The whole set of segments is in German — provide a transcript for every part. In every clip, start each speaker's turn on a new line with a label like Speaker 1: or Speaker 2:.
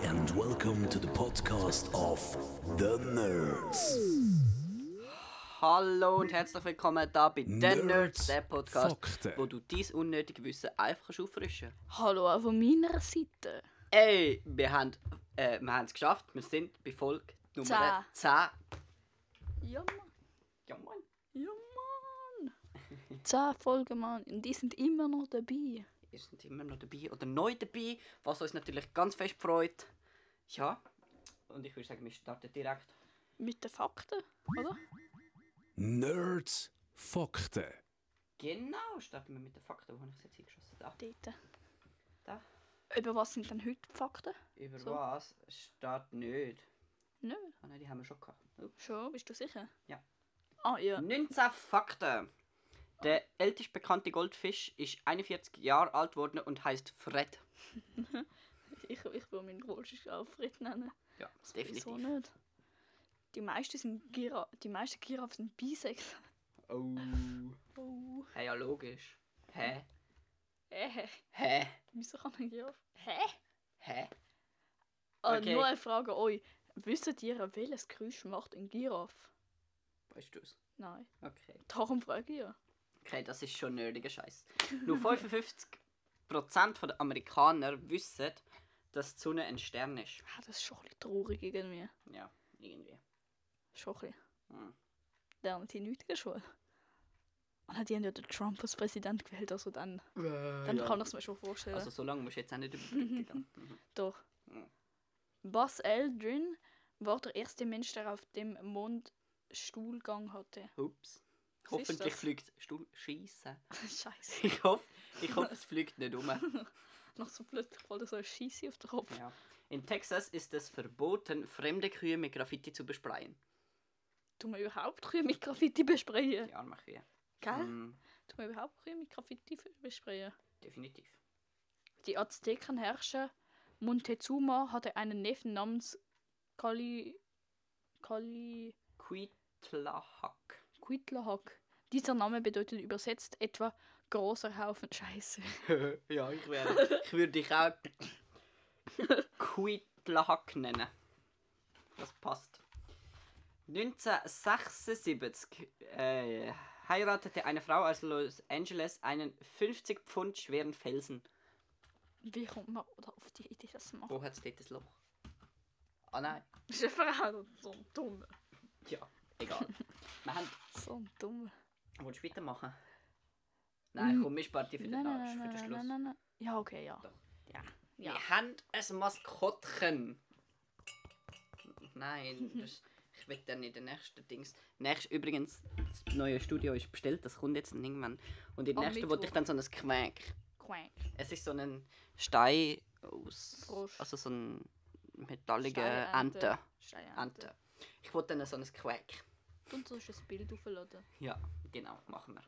Speaker 1: Welcome to the podcast of The Nerds.
Speaker 2: Hallo und herzlich willkommen da bei den
Speaker 1: Nerds.
Speaker 2: Nerds, der Podcast,
Speaker 3: Fakten.
Speaker 2: wo du dein unnötige Wissen einfach kannst auffrischen
Speaker 4: Hallo auch von meiner Seite.
Speaker 2: Ey, wir haben äh, wir haben es geschafft. Wir sind bei Folge Nummer 10.
Speaker 4: Ja, Mann.
Speaker 2: Ja, Mann.
Speaker 4: Ja, Mann. Zehn Folgen, Mann. Und die sind immer noch dabei.
Speaker 2: Ihr seid immer noch dabei oder neu dabei, was uns natürlich ganz fest freut. Ja, und ich würde sagen, wir starten direkt.
Speaker 4: Mit den Fakten, oder?
Speaker 3: Nerds Fakten.
Speaker 2: Genau, starten wir mit den Fakten, wo habe ich es jetzt hingeschossen da,
Speaker 4: Dort.
Speaker 2: da.
Speaker 4: Über was sind denn heute die Fakten?
Speaker 2: Über
Speaker 4: So.
Speaker 2: was? Start nicht.
Speaker 4: Nö.
Speaker 2: Ah nein, die haben wir schon gehabt. Ups.
Speaker 4: Schon, bist du sicher?
Speaker 2: Ja.
Speaker 4: Ah, ja.
Speaker 2: 19 Fakten. Der ältest bekannte Goldfisch ist 41 Jahre alt worden und heißt Fred.
Speaker 4: Ich, ich will meinen Goldfisch auch Fred nennen.
Speaker 2: Ja,
Speaker 4: Wieso
Speaker 2: definitiv.
Speaker 4: nicht? Die meisten, sind Gira die meisten Giraffen sind bisexuell.
Speaker 2: Oh.
Speaker 4: Oh.
Speaker 2: Hey, ja, logisch. Hä?
Speaker 4: Äh,
Speaker 2: Hä?
Speaker 4: wieso kann ein Giraffe? Hä?
Speaker 2: Hä?
Speaker 4: Ah,
Speaker 2: Okay.
Speaker 4: Nur eine Frage an euch. Wisst ihr, welches Geräusch macht ein Giraffe?
Speaker 2: Weißt du es?
Speaker 4: Nein.
Speaker 2: Okay.
Speaker 4: Darum frage ich ja.
Speaker 2: Okay, das ist schon nerdiger Scheiß. Nur 55% der Amerikaner wissen, dass die Sonne ein Stern ist.
Speaker 4: Ah, das ist schon ein bisschen traurig irgendwie.
Speaker 2: Ja, irgendwie.
Speaker 4: Schon ein bisschen.
Speaker 2: Hm.
Speaker 4: Lernen die Leute in der Schule. Ah, die haben ja den Trump als Präsident gewählt, also dann, dann kann ich es mir schon vorstellen.
Speaker 2: Also, so lange musst du jetzt auch nicht überbrücken. Mhm.
Speaker 4: Doch.
Speaker 2: Mhm.
Speaker 4: Buzz Aldrin war der erste Mensch, der auf dem Mond Stuhlgang hatte.
Speaker 2: Ups.
Speaker 4: ist
Speaker 2: Hoffentlich
Speaker 4: das?
Speaker 2: fliegt. Stuhl. Scheiße.
Speaker 4: Scheiße.
Speaker 2: Ich hoffe, ich hoffe, es fliegt nicht um.
Speaker 4: Noch so plötzlich voll so eine Scheisse auf den Kopf.
Speaker 2: Ja. In Texas ist es verboten, fremde Kühe mit Graffiti zu bespreien.
Speaker 4: Tun wir überhaupt Kühe mit Graffiti besprechen?
Speaker 2: Die armen Kühe.
Speaker 4: Gell?
Speaker 2: Mm,
Speaker 4: Tun wir überhaupt Kühe mit Graffiti besprechen?
Speaker 2: definitiv.
Speaker 4: Die Aztekenherrscher Montezuma hatte einen Neffen namens Kali. Kali.
Speaker 2: Quitlahak.
Speaker 4: Quitlahak. Dieser Name bedeutet übersetzt etwa großer Haufen Scheiße.
Speaker 2: ja, ich wäre. Ich würde dich auch Quitlahak nennen. Das passt. 1976 äh, heiratete eine Frau aus Los Angeles einen 50 Pfund schweren Felsen.
Speaker 4: Wie kommt man da auf die Idee, das zu machen?
Speaker 2: Wo hat es dort das Loch? Ah nein.
Speaker 4: Das ist eine Frau, so ein Dumme.
Speaker 2: Ja, egal. Wir haben
Speaker 4: So ein Dumme.
Speaker 2: Wolltest du weitermachen? Nein,
Speaker 4: Mm.
Speaker 2: komm, wir sparen die für den,
Speaker 4: Nein,
Speaker 2: Arsch,
Speaker 4: nein,
Speaker 2: für
Speaker 4: nein,
Speaker 2: den
Speaker 4: nein,
Speaker 2: Schluss.
Speaker 4: nein, nein, nein. Ja, okay, ja.
Speaker 2: Doch.
Speaker 4: Ja. Ja.
Speaker 2: Wir haben ein Maskottchen. Nein, das, ich will dann in den nächsten Dings. Nächst, übrigens, das neue Studio ist bestellt, das kommt jetzt irgendwann. Und in der
Speaker 4: Am
Speaker 2: nächsten wollte ich
Speaker 4: Mittwoch.
Speaker 2: dann so ein Quäk.
Speaker 4: Quack.
Speaker 2: Es ist so ein Stein aus.
Speaker 4: Frosch.
Speaker 2: Also so ein metalliger
Speaker 4: Steinente.
Speaker 2: Ente.
Speaker 4: Steinente.
Speaker 2: Ente. Ich wollte dann so ein Quäk.
Speaker 4: Und so ist das Bild aufgeladen.
Speaker 2: Ja, genau, machen wir.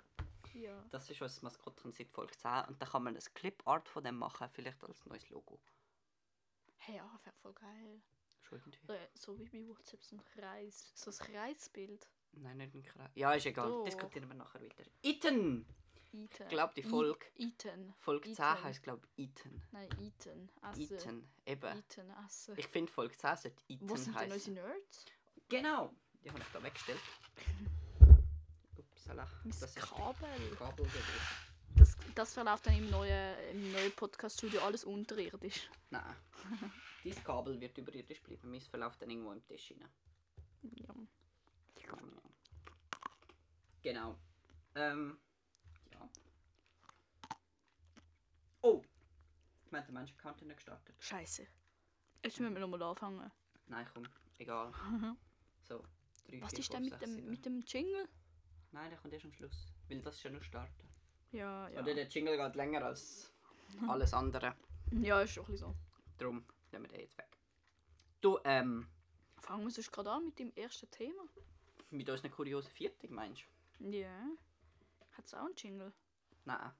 Speaker 4: Ja.
Speaker 2: Das ist unser Maskottchen seit Folge 10 und da kann man ein Clipart von dem machen, vielleicht als neues Logo.
Speaker 4: Hey, ja, wäre voll geil.
Speaker 2: Schon irgendwie.
Speaker 4: Äh, so wie bei WhatsApp so ein Kreis. So ein Kreisbild.
Speaker 2: Nein, nicht ein Kreis. Ja, ist egal,
Speaker 4: Doch.
Speaker 2: diskutieren wir nachher weiter. Iten!
Speaker 4: Eaten.
Speaker 2: Ich glaube, die Folge,
Speaker 4: Eaten.
Speaker 2: Folge 10
Speaker 4: Eaten.
Speaker 2: heisst, glaube ich, Iten.
Speaker 4: Nein, Eaten. Essen.
Speaker 2: Iten, eben.
Speaker 4: Eaten, Essen.
Speaker 2: äh, Ich finde, Folge 10 sollte
Speaker 4: Wo
Speaker 2: Iten
Speaker 4: sind denn unsere
Speaker 2: heißen.
Speaker 4: Nerds?
Speaker 2: Genau! Die habe ich da weggestellt. Upsala.
Speaker 4: Mein
Speaker 2: Das ist
Speaker 4: Kabel.
Speaker 2: Kabel gewesen.
Speaker 4: Das, das verläuft dann im neuen, im neuen Podcast-Studio alles unterirdisch.
Speaker 2: Nein. Dein Kabel wird überirdisch bleiben. Meins verläuft dann irgendwo im Tisch rein.
Speaker 4: Ja.
Speaker 2: Genau. Ähm, ja. Oh! Ich meinte, manche Content nicht gestartet.
Speaker 4: Scheiße. Jetzt müssen wir nochmal anfangen.
Speaker 2: Nein, komm, egal. So, drei,
Speaker 4: Mhm. Was
Speaker 2: vier,
Speaker 4: ist
Speaker 2: fünf,
Speaker 4: denn mit
Speaker 2: sechs,
Speaker 4: dem,
Speaker 2: sieben.
Speaker 4: mit dem Jingle?
Speaker 2: Nein, der kommt erst am Schluss. Weil das ist ja nur starten.
Speaker 4: Ja, ja. Mhm.
Speaker 2: Oder der Jingle geht länger als alles andere.
Speaker 4: Ja, ist doch ein bisschen
Speaker 2: Drum nehmen wir den jetzt weg. Du, ähm,
Speaker 4: so. Fangen wir sonst gerade an mit dem ersten Thema.
Speaker 2: mit uns eine kuriose Viertig meinst du?
Speaker 4: Ja. Hat es auch einen Jingle?
Speaker 2: Nein.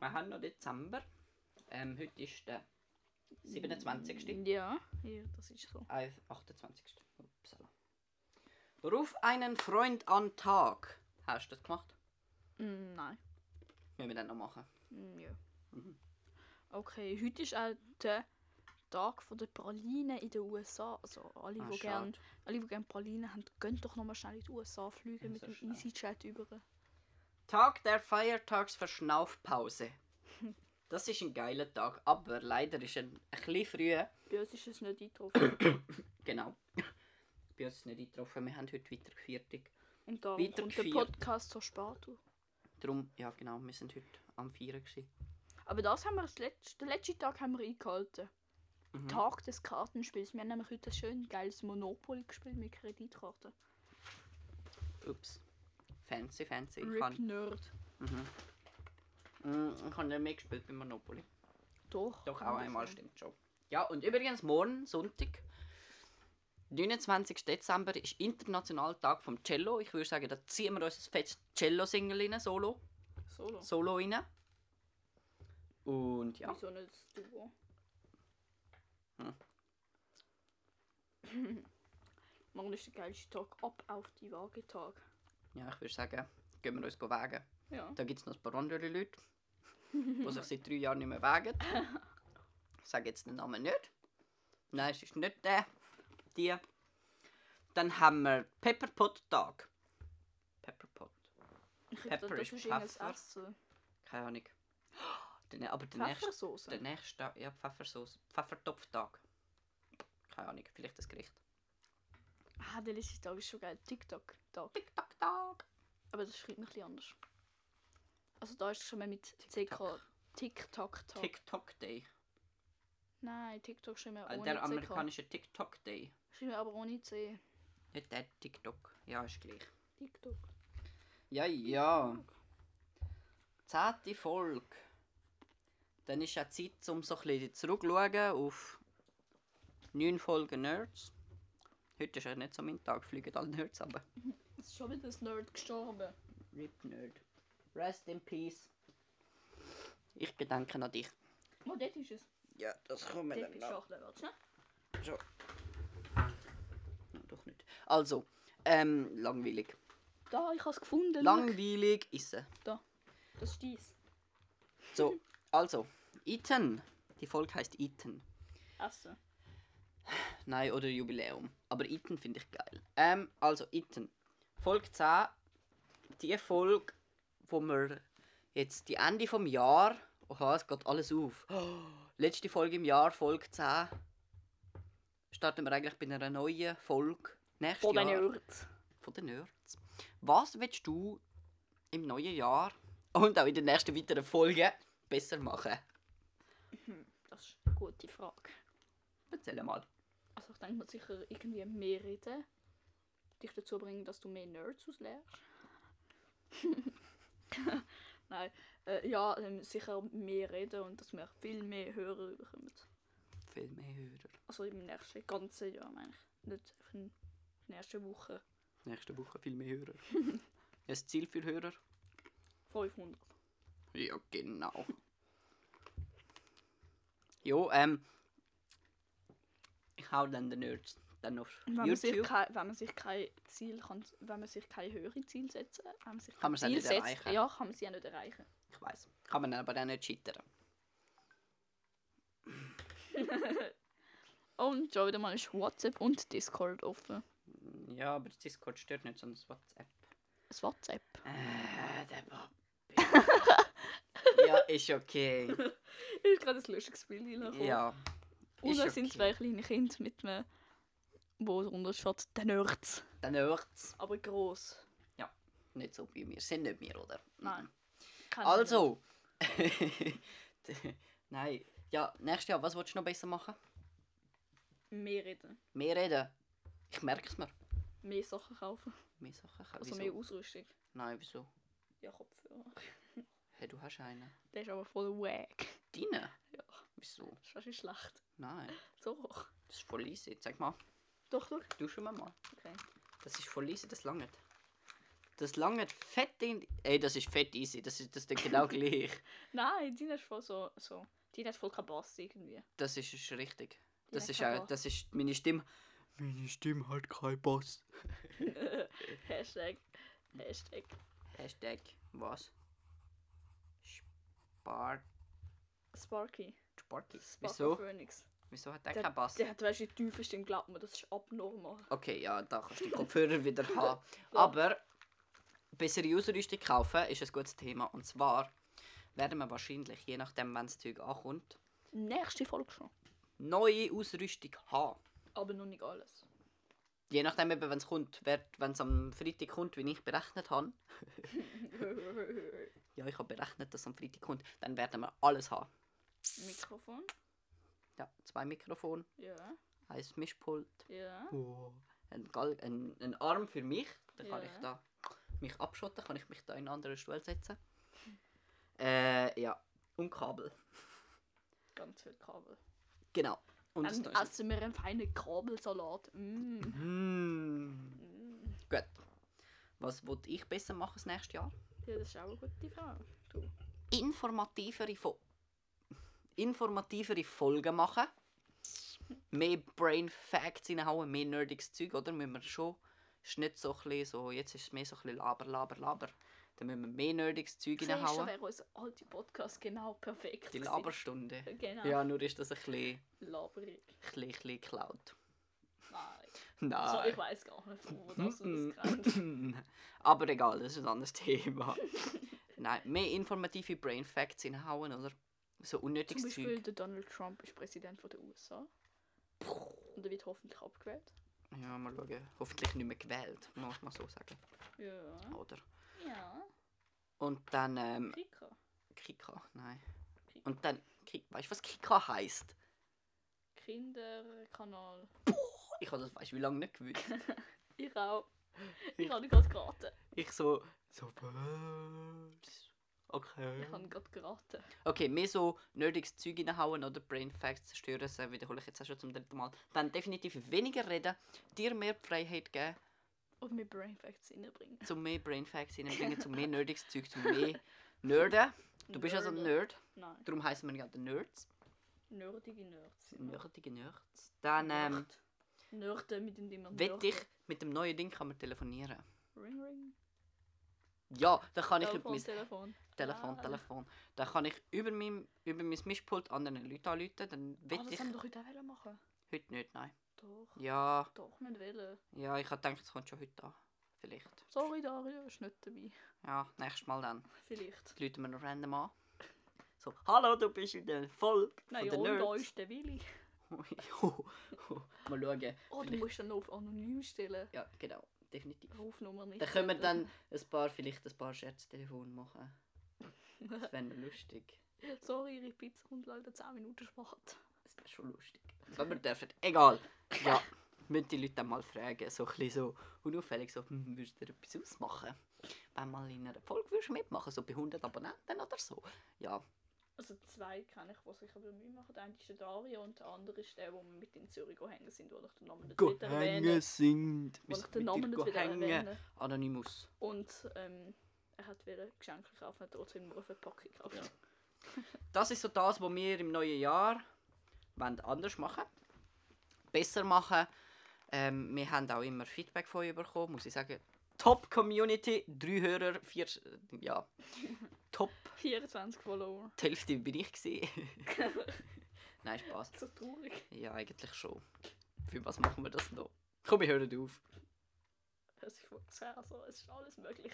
Speaker 2: Wir haben noch Dezember. Ähm, heute ist der 27.
Speaker 4: Ja. Ja, das ist so.
Speaker 2: Ei, 28. Äh, Upsala. Ruf einen Freund an Tag. Hast du das gemacht?
Speaker 4: Mm, nein. Hm,
Speaker 2: Müssen wir dann noch machen.
Speaker 4: Mm, Ja. Okay, heute ist auch der Tag von der Praline in den USA. Also alle,
Speaker 2: Ah,
Speaker 4: die
Speaker 2: schade.
Speaker 4: gerne alle, die gerne Praline haben, gehen doch nochmal schnell in die USA fliegen mit
Speaker 2: so
Speaker 4: dem
Speaker 2: schnell.
Speaker 4: EasyJet über.
Speaker 2: Tag der Feiertagsverschnaufpause. Das ist ein geiler Tag, aber leider ist er ein bisschen früh.
Speaker 4: Bei uns ist es nicht eingetroffen.
Speaker 2: Genau. Bei uns ist nicht eingetroffen, wir haben heute weiter Viertig.
Speaker 4: Und da
Speaker 2: Weiter
Speaker 4: kommt der
Speaker 2: gefeiert.
Speaker 4: Podcast so spät. auf.
Speaker 2: Darum, ja genau, wir sind heute am Vieren gewesen.
Speaker 4: Aber das haben wir das letzte, den letzten Tag haben wir eingehalten.
Speaker 2: Mhm.
Speaker 4: Tag des Kartenspiels. Wir haben nämlich heute ein schön geiles Monopoly gespielt mit Kreditkarten.
Speaker 2: Ups. Fancy, fancy. Ich
Speaker 4: Rip
Speaker 2: habe
Speaker 4: Nerd.
Speaker 2: mm, ich habe nicht mehr gespielt bei Monopoly.
Speaker 4: Doch.
Speaker 2: Doch, auch
Speaker 4: wunderschön.
Speaker 2: einmal stimmt schon. Ja, und übrigens, morgen, Sonntag, 29. Dezember, ist international Tag vom Cello. Ich würde sagen, da ziehen wir uns ein fettes Cello-Single rein, Solo.
Speaker 4: Solo.
Speaker 2: Solo rein. Und ja,
Speaker 4: Wieso nicht das Duo? Hm. Morgen ist der geilste Tag. Ab auf die Waage Tag.
Speaker 2: ja ich würde sagen, gehen wir uns wägen.
Speaker 4: Ja.
Speaker 2: Da gibt es noch ein paar andere Leute, die sich seit drei Jahren nicht mehr wägen. Ich sage jetzt den Namen nicht. Nein, es ist nicht der. Die. Dann haben wir Pepperpot-Tag. Pepperpot.
Speaker 4: Ich hätte
Speaker 2: Pepper
Speaker 4: das
Speaker 2: ist
Speaker 4: ist irgendwas
Speaker 2: Pfeffer.
Speaker 4: essen.
Speaker 2: Keine Ahnung. Der, ne- aber der nächste,
Speaker 4: Pfeffersauce.
Speaker 2: der nächste Tag, ja, Pfeffersauce. Pfeffertopftag. Keine Ahnung, vielleicht das Gericht.
Speaker 4: Ah, der letzte Tag ist schon geil. TikTok-Tag.
Speaker 2: Tick-Tack-Tag.
Speaker 4: Aber das schreibt noch ein bisschen anders. Also da ist es schon mal mit CK. TikTok-Tag.
Speaker 2: TikTok-Day.
Speaker 4: Nein, TikTok schreiben wir
Speaker 2: Äh,
Speaker 4: ohne
Speaker 2: Der
Speaker 4: CK.
Speaker 2: amerikanische TikTok-Day.
Speaker 4: Schreiben wir aber ohne C.
Speaker 2: Nicht der TikTok. Ja, ist gleich.
Speaker 4: TikTok.
Speaker 2: Ja, ja. Zehnte Folge. Dann ist auch Zeit, um so ein bisschen zurückzuschauen auf neun Folgen Nerds. Heute ist ja nicht so mein Tag, fliegen alle Nerds, aber...
Speaker 4: Es ist schon wieder ein Nerd gestorben.
Speaker 2: RIP Nerd. Rest in Peace. Ich gedenke an dich.
Speaker 4: Oh, dort ist es.
Speaker 2: Ja, das kommen
Speaker 4: Dort ist Schachtel. Warte schnell.
Speaker 2: Schon. Nein, doch nicht. Also, ähm, langweilig.
Speaker 4: Da, ich habe es gefunden. Schau.
Speaker 2: Langweilig ist es.
Speaker 4: Da. Das ist dies.
Speaker 2: So, also, Ethan. Die Folge heißt Ethan.
Speaker 4: Essen.
Speaker 2: Nein, oder Jubiläum. Aber Iten finde ich geil. Ähm, also Iten. Folge 10. Die Folge, wo wir jetzt die Ende vom Jahr. Oha, es geht alles auf. Letzte Folge im Jahr, Folge 10. Starten wir eigentlich bei einer neuen Folge. Nächstes
Speaker 4: Von
Speaker 2: Jahr.
Speaker 4: den Nerds.
Speaker 2: Von den Nerds. Was willst du im neuen Jahr und auch in der nächsten weiteren Folge besser machen?
Speaker 4: Das ist eine gute Frage.
Speaker 2: Erzähl mal.
Speaker 4: Also ich denke, man muss sicher irgendwie mehr reden. Dich dazu bringen, dass du mehr Nerds auslernst. Nein. Äh, ja, ähm, sicher mehr reden und dass wir viel mehr Hörer bekommen.
Speaker 2: Viel mehr Hörer.
Speaker 4: Also im nächsten ganzen Jahr, meine ich. Nicht in der nächsten Woche.
Speaker 2: Nächste Woche viel mehr Hörer. Ein Ziel für Hörer?
Speaker 4: 500.
Speaker 2: Ja, genau. jo, ähm. Ich hau dann den Nerds dann noch
Speaker 4: Und wenn, man sich
Speaker 2: YouTube.
Speaker 4: kein, wenn man sich kein Ziel kann, wenn man sich kein höhere Ziel setzen, wenn man sich
Speaker 2: Kann man sie auch
Speaker 4: Ziel
Speaker 2: nicht
Speaker 4: setzt,
Speaker 2: erreichen.
Speaker 4: ja, kann man sie ja nicht erreichen.
Speaker 2: Ich weiß. Kann man aber dann nicht scheitern.
Speaker 4: Und schon wieder mal ist WhatsApp und Discord offen.
Speaker 2: Ja, aber das Discord stört nicht, sondern das WhatsApp.
Speaker 4: Das WhatsApp.
Speaker 2: Äh, der ja, ist okay.
Speaker 4: ist gerade ein lustiges Bild reingekommen.
Speaker 2: Ja.
Speaker 4: Und
Speaker 2: ist
Speaker 4: da sind
Speaker 2: okay.
Speaker 4: zwei kleine Kinder mit einem, wo drunter steht, der Nerds.
Speaker 2: Dann hört's.
Speaker 4: Aber gross.
Speaker 2: Ja, nicht so wie wir. Sind nicht wir, oder?
Speaker 4: Nein. Kein
Speaker 2: Also. Nein. Ja, nächstes Jahr, was willst du noch besser machen?
Speaker 4: Nerd. Mehr reden.
Speaker 2: Mehr reden. Ich merke es mir.
Speaker 4: Mehr Sachen kaufen.
Speaker 2: Mehr Sachen kaufen.
Speaker 4: Also
Speaker 2: Wieso?
Speaker 4: mehr Ausrüstung.
Speaker 2: Nein, wieso?
Speaker 4: Ja, Kopfhörer.
Speaker 2: Hey, du hast einen.
Speaker 4: Der ist aber voll wack.
Speaker 2: Deine?
Speaker 4: Ja,
Speaker 2: Wieso?
Speaker 4: das ist fast schlecht.
Speaker 2: Nein.
Speaker 4: So.
Speaker 2: Das ist voll easy. Zeig mal.
Speaker 4: Doch, doch.
Speaker 2: Du schon mal.
Speaker 4: Okay.
Speaker 2: Das ist voll easy, das langt. Das langt fett in. Ey, das ist fett easy. Das ist das ist genau gleich.
Speaker 4: Nein, die ist voll so. so. Die hat voll keine Bass irgendwie.
Speaker 2: Das ist, ist richtig.
Speaker 4: Die
Speaker 2: Das
Speaker 4: hat
Speaker 2: ist,
Speaker 4: keinen
Speaker 2: auch,
Speaker 4: Bass.
Speaker 2: das ist meine Stimme. Meine Stimme hat keinen Bass.
Speaker 4: Hashtag. Hashtag.
Speaker 2: Hashtag was? Spar.
Speaker 4: Sparky.
Speaker 2: Sparky.
Speaker 4: Sparky
Speaker 2: Wieso?
Speaker 4: Phoenix.
Speaker 2: Wieso hat der,
Speaker 4: Der,
Speaker 2: keinen Bass?
Speaker 4: der hat, weißt du, tief ist im Glauben, das ist abnormal.
Speaker 2: Okay, ja, da kannst du die Kopfhörer wieder haben. Aber bessere Ausrüstung kaufen ist ein gutes Thema. Und zwar werden wir wahrscheinlich, je nachdem, wenn das Zeug ankommt,
Speaker 4: Nächste Folge schon.
Speaker 2: neue Ausrüstung haben.
Speaker 4: Aber noch nicht alles.
Speaker 2: Je nachdem, eben, wenn es kommt, wenn es am Freitag kommt, wie ich berechnet habe. ja, ich habe berechnet, dass es am Freitag kommt. Dann werden wir alles haben.
Speaker 4: Mikrofon.
Speaker 2: Ja, zwei Mikrofone,
Speaker 4: Ja.
Speaker 2: ein Mischpult,
Speaker 4: Ja.
Speaker 2: ein, Gal ein, ein Arm für mich. Dann kann
Speaker 4: Ja.
Speaker 2: ich da mich abschotten, kann ich mich da in einen anderen Stuhl setzen. Äh, ja. Und Kabel.
Speaker 4: Ganz viel Kabel.
Speaker 2: Genau. Und das
Speaker 4: Dann
Speaker 2: Neueste.
Speaker 4: essen wir einen feinen Kabelsalat. Mm.
Speaker 2: Mm. Gut. Was wollte ich besser machen das nächste Jahr?
Speaker 4: Ja, das ist auch eine gute Frage. Du.
Speaker 2: Informativere, Fo Informativere Folgen machen. Mehr Brain Facts reinhauen, mehr nerdiges Zeug, oder? Müssen wir schon. Ist nicht so ein bisschen so, jetzt ist es mehr so ein bisschen laber, laber, laber. Dann müssen wir mehr nerdiges Zeug
Speaker 4: Siehst du,
Speaker 2: reinhauen.
Speaker 4: wäre unser alter Podcast genau perfekt.
Speaker 2: genau. Die
Speaker 4: gewesen.
Speaker 2: Laberstunde.
Speaker 4: Genau.
Speaker 2: Ja, nur ist das ein bisschen,
Speaker 4: Laberig.
Speaker 2: bisschen, bisschen geklaut.
Speaker 4: Nein. Also,
Speaker 2: Nein.
Speaker 4: ich weiß gar nicht, wo das uns grenzt.
Speaker 2: Aber egal, das ist ein anderes Thema. Nein, mehr informative Brain Facts inhauen, oder? So
Speaker 4: Zum
Speaker 2: unnötiges
Speaker 4: Beispiel
Speaker 2: Zeug.
Speaker 4: der Donald Trump ist Präsident von der USA. Und er wird hoffentlich abgewählt.
Speaker 2: Ja, mal schauen. Hoffentlich nicht mehr gewählt, muss man so sagen.
Speaker 4: Ja.
Speaker 2: Oder?
Speaker 4: Ja.
Speaker 2: Und dann, ähm,
Speaker 4: Kika.
Speaker 2: Kika, nein.
Speaker 4: Kika.
Speaker 2: Und dann, Kika, weißt du, was Kika heisst?
Speaker 4: Kinderkanal.
Speaker 2: Ich habe das, weißt du, wie lange nicht gewusst.
Speaker 4: Ich auch. Ich habe gerade geraten.
Speaker 2: Ich so, so, was? Okay.
Speaker 4: Ich habe gerade geraten.
Speaker 2: Okay, mehr so nerdiges Zeug reinhauen oder Brain Facts zerstören, das wiederhole ich jetzt auch schon zum dritten Mal. Dann definitiv weniger reden, dir mehr die Freiheit geben,
Speaker 4: Und mir Brain Facts reinbringen.
Speaker 2: zum mehr Brain Facts reinbringen, zum mehr nerdiges Zeug, zum mehr Nerden. Du bist also ein
Speaker 4: Nerden.
Speaker 2: Nerd,
Speaker 4: Nein.
Speaker 2: darum heißen wir ja den Nerds.
Speaker 4: Nerdige Nerds.
Speaker 2: Nerdige Nerds. Dann ähm,
Speaker 4: Nerd. Nörden mit dem Dimmer.
Speaker 2: wett ich, mit dem neuen Ding kann man telefonieren.
Speaker 4: Ring, ring.
Speaker 2: Ja, dann kann ich über
Speaker 4: Telefon,
Speaker 2: mein
Speaker 4: Telefon.
Speaker 2: Telefon,
Speaker 4: Ah.
Speaker 2: Telefon. Dann kann ich über mein, über mein Mischpult anderen Leuten anrufen, dann
Speaker 4: Ah,
Speaker 2: wett
Speaker 4: das
Speaker 2: ich.
Speaker 4: haben wir doch heute auch wollen machen.
Speaker 2: Heute nicht, nein.
Speaker 4: Doch.
Speaker 2: Ja.
Speaker 4: Doch, nicht wollen.
Speaker 2: Ja, ich habe gedacht, es kommt schon heute an. Vielleicht.
Speaker 4: Sorry, Dario, ist nicht dabei.
Speaker 2: Ja, nächstes Mal dann.
Speaker 4: Vielleicht.
Speaker 2: Leuten wir noch random an. So, hallo, du bist in der Folge
Speaker 4: Nein, ja,
Speaker 2: von
Speaker 4: und
Speaker 2: den
Speaker 4: da
Speaker 2: Nerds.
Speaker 4: ist der Willi.
Speaker 2: Jo, jo. Mal schauen.
Speaker 4: Oh, du
Speaker 2: Vielleicht-
Speaker 4: musst dann noch auf anonym stellen.
Speaker 2: Ja, genau. Definitiv.
Speaker 4: Rufnummer nicht.
Speaker 2: Da können wir
Speaker 4: ändern.
Speaker 2: dann ein paar, vielleicht ein paar Scherztelefone machen. Das wäre noch lustig.
Speaker 4: Sorry, ihre Pizza kommt leider 10 Minuten spät.
Speaker 2: Das wäre schon lustig. Wenn wir dürfen. Egal. Ja, müssen die Leute dann mal fragen. So ein bisschen so unauffällig. So, hm, würdest du dir etwas ausmachen? Wenn mal in einer Folge würdest du mitmachen, so bei 100 Abonnenten oder so. Ja,
Speaker 4: Also zwei kenne ich, die sich aber Mühe machen. Der eine ist der Dario und der andere ist der, wo wir mit in Zürich hängen sind, wo ich den Namen nicht wieder erwähne.
Speaker 2: sind.
Speaker 4: Wo ich den Namen nicht wieder erwähne.
Speaker 2: Anonymous.
Speaker 4: Und ähm, er hat wieder Geschenke gekauft und hat trotzdem nur eine Verpackung gekauft.
Speaker 2: Das ist so das, was wir im neuen Jahr wollen anders machen Besser machen. Ähm, wir haben auch immer Feedback von euch bekommen, muss ich sagen. Top Community, drei Hörer, vier. Ja. Top.
Speaker 4: 24 Follower.
Speaker 2: Die Hälfte bin ich. gewesen. Nein, Spaß.
Speaker 4: So traurig.
Speaker 2: Ja, eigentlich schon. Für was machen wir das noch? Komm, wir hören auf.
Speaker 4: Es ist Folge 10, also es ist alles möglich.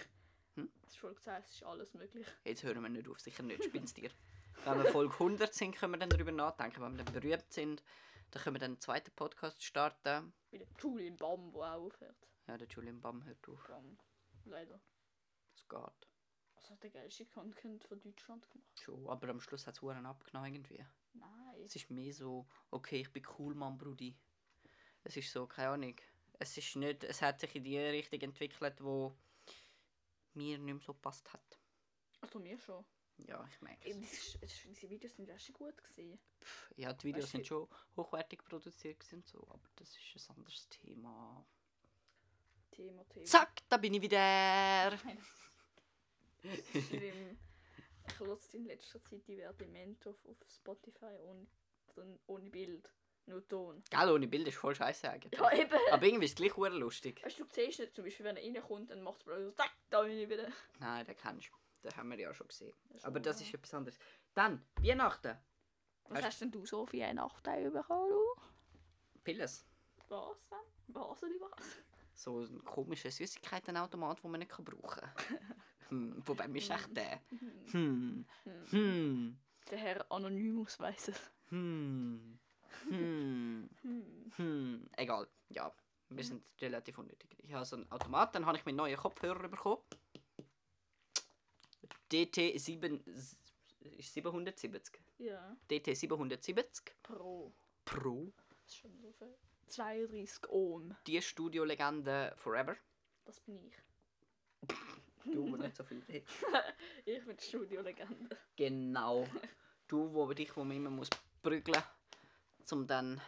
Speaker 2: Hm?
Speaker 4: Es ist Folge 10, es ist alles möglich.
Speaker 2: Jetzt hören wir nicht auf, sicher nicht, spinnst dir. Wenn wir Folge 100 sind, können wir dann darüber nachdenken. Wenn wir dann berühmt sind, dann können wir dann einen zweiten Podcast starten.
Speaker 4: Wie der Julian Bam, der auch aufhört.
Speaker 2: Ja, der Julian Bam hört auf.
Speaker 4: Bam. Leider.
Speaker 2: Es geht.
Speaker 4: Was hat der geilste Content von Deutschland gemacht?
Speaker 2: Schon. Aber am Schluss hat es Huren abgenommen irgendwie.
Speaker 4: Nein.
Speaker 2: Es ist mehr so, okay, ich bin cool, Mann, Brudi. Es ist so, keine Ahnung. Es ist nicht, es hat sich in die Richtung entwickelt, wo mir nicht mehr so gepasst hat.
Speaker 4: Also mir schon.
Speaker 2: Ja, ich merke
Speaker 4: Ey,
Speaker 2: es.
Speaker 4: das ist- das ist- Diese Videos sind echt gut gesehen.
Speaker 2: Ja, die Videos
Speaker 4: Weißt du-
Speaker 2: sind schon hochwertig produziert gewesen und so, aber das ist ein anderes Thema.
Speaker 4: Thema, Thema.
Speaker 2: Zack, da bin ich wieder.
Speaker 4: Nein, das ist- das ist schlimm. Ich lasse in letzter Zeit diverse Mento auf, auf Spotify ohne, dann ohne Bild. Nur Ton.
Speaker 2: Gell, ohne Bild ist voll scheiße eigentlich.
Speaker 4: Ja, eben.
Speaker 2: Aber irgendwie ist es gleich hure lustig.
Speaker 4: Weißt du, du siehst nicht, zum Beispiel, wenn er reinkommt, dann macht es so, zack, da bin ich wieder.
Speaker 2: Nein, den kennst du. Den haben wir ja schon gesehen.
Speaker 4: ist
Speaker 2: Aber das
Speaker 4: wahr.
Speaker 2: ist etwas anderes. Dann, Weihnachten.
Speaker 4: Was hast denn du so für einen Nachteil bekommen, du?
Speaker 2: Pilles.
Speaker 4: Was denn? Was oder was?
Speaker 2: So ein komischer Süßigkeitenautomat, den man nicht kann brauchen kann. hm, von wem ist echt der? Hm. Hm.
Speaker 4: Der Herr Anonymous weiss es.
Speaker 2: Hm. Hm. Hm. Egal. Ja, wir sind relativ unnötig. Ich habe so einen Automat, dann habe ich meinen neuen Kopfhörer bekommen. DT7 ist 770.
Speaker 4: Ja.
Speaker 2: DT 770
Speaker 4: Pro.
Speaker 2: Pro.
Speaker 4: Das ist schon so viel. 32 Ohm.
Speaker 2: Die Studiolegende Forever.
Speaker 4: Das bin ich.
Speaker 2: Du, wo nicht so viel redest.
Speaker 4: Ich bin die Studiolegende.
Speaker 2: Genau. Du, wo dich, wo man immer muss prügeln muss, um dann...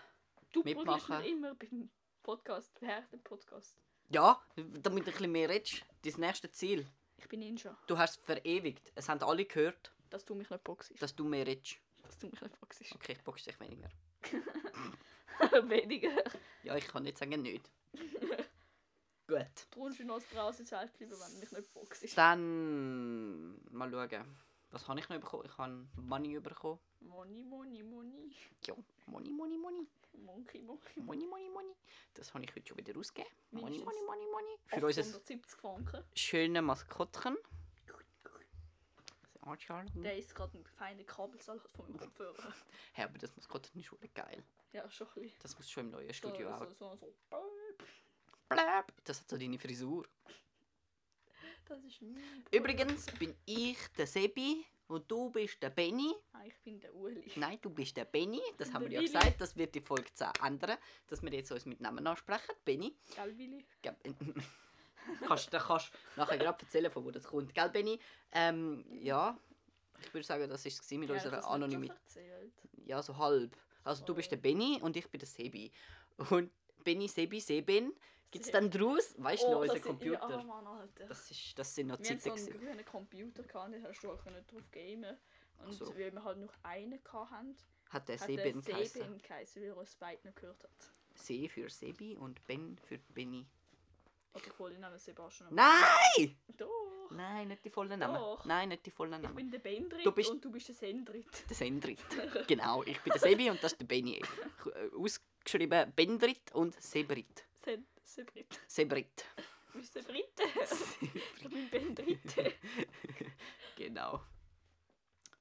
Speaker 4: Du
Speaker 2: Mitmachen.
Speaker 4: probierst mir immer beim Podcast, während dem Podcast.
Speaker 2: Ja, damit du ein bisschen mehr redest. Dein nächstes Ziel.
Speaker 4: Ich bin Ninja.
Speaker 2: Du hast es verewigt. Es haben alle gehört,
Speaker 4: Dass du mich nicht boxest.
Speaker 2: dass du mehr redest.
Speaker 4: Dass du mich nicht boxest.
Speaker 2: Okay, ich boxe dich weniger.
Speaker 4: Weniger.
Speaker 2: Ja, ich kann nicht sagen, nicht. Gut.
Speaker 4: Darum bin ich noch draußen Zelt bleiben, wenn du mich nicht boxest.
Speaker 2: Dann... Mal schauen. Was habe ich noch bekommen? Ich habe Money bekommen.
Speaker 4: Moni, Moni, Moni.
Speaker 2: Ja, Money, Money, Money.
Speaker 4: Monkey, Monkey.
Speaker 2: Money, Money, Money. Das habe ich heute schon wieder rausgegeben. Money,
Speaker 4: Mindestens.
Speaker 2: Money, Money, Money. Für unser
Speaker 4: 870 Franken.
Speaker 2: schönes Maskottchen. Das Artschal.
Speaker 4: Der ist gerade ein feiner Kabelsalat von meinem Kopfhörer.
Speaker 2: Hä, aber das Maskottchen ist schon geil.
Speaker 4: Ja, schon ein bisschen.
Speaker 2: Das muss schon im neuen
Speaker 4: So,
Speaker 2: Studio
Speaker 4: so,
Speaker 2: auch.
Speaker 4: so, so. Bäp.
Speaker 2: Blab. Das hat so deine Frisur.
Speaker 4: Das ist mein.
Speaker 2: Übrigens bin ich der Sebi und du bist der Benny.
Speaker 4: Ah, ich bin der Uli.
Speaker 2: Nein, du bist der Benny. Das haben wir ja
Speaker 4: Willi.
Speaker 2: gesagt. Das wird die Folge 10 ändern, dass wir jetzt uns mit Namen ansprechen. Benny.
Speaker 4: Gell, Willi?
Speaker 2: Gell, äh, kannst, dann kannst du nachher gerade erzählen, von wo das kommt. Gell, Benny? Ähm, ja. Ich würde sagen, das war es mit
Speaker 4: Ja, ich hab's
Speaker 2: unserer
Speaker 4: nicht
Speaker 2: Anonymität.
Speaker 4: schon erzählt.
Speaker 2: Ja, so halb. Also du bist der Benny und ich bin der Sebi. Und Benny, Sebi, Seben gibt's dann draus, weißt du, noch
Speaker 4: Oh, das
Speaker 2: unseren
Speaker 4: sind- Ja,
Speaker 2: Computer.
Speaker 4: Mann, Alter.
Speaker 2: Das, ist, das sind noch
Speaker 4: Wir
Speaker 2: Zeiten.
Speaker 4: hatten so einen
Speaker 2: gewesen.
Speaker 4: grünen Computer, gehabt, den hast du auch nicht drauf gamen. Und
Speaker 2: so.
Speaker 4: weil wir halt noch einen hatten,
Speaker 2: Hat der
Speaker 4: hat der
Speaker 2: Seben geheißen.
Speaker 4: Seben geheißen, weil er uns beide nicht gehört hat.
Speaker 2: See für Sebi und Ben für Benny.
Speaker 4: Oder voll Namen Sebastian.
Speaker 2: Nein!
Speaker 4: Doch!
Speaker 2: Nein, nicht die vollen Namen.
Speaker 4: Doch.
Speaker 2: Nein, nicht die vollen
Speaker 4: Ich
Speaker 2: Namen.
Speaker 4: bin der Bendrit
Speaker 2: Du bist-
Speaker 4: und du bist der Sendrit.
Speaker 2: Der Sendrit. genau, ich bin der Sebi und das ist der Benny. Ich- äh, Ausgeschrieben Bendrit und Sebrit.
Speaker 4: Sen Sebrit.
Speaker 2: Sebrit.
Speaker 4: Du bist der Britte. ich bin Bendrit.
Speaker 2: Genau.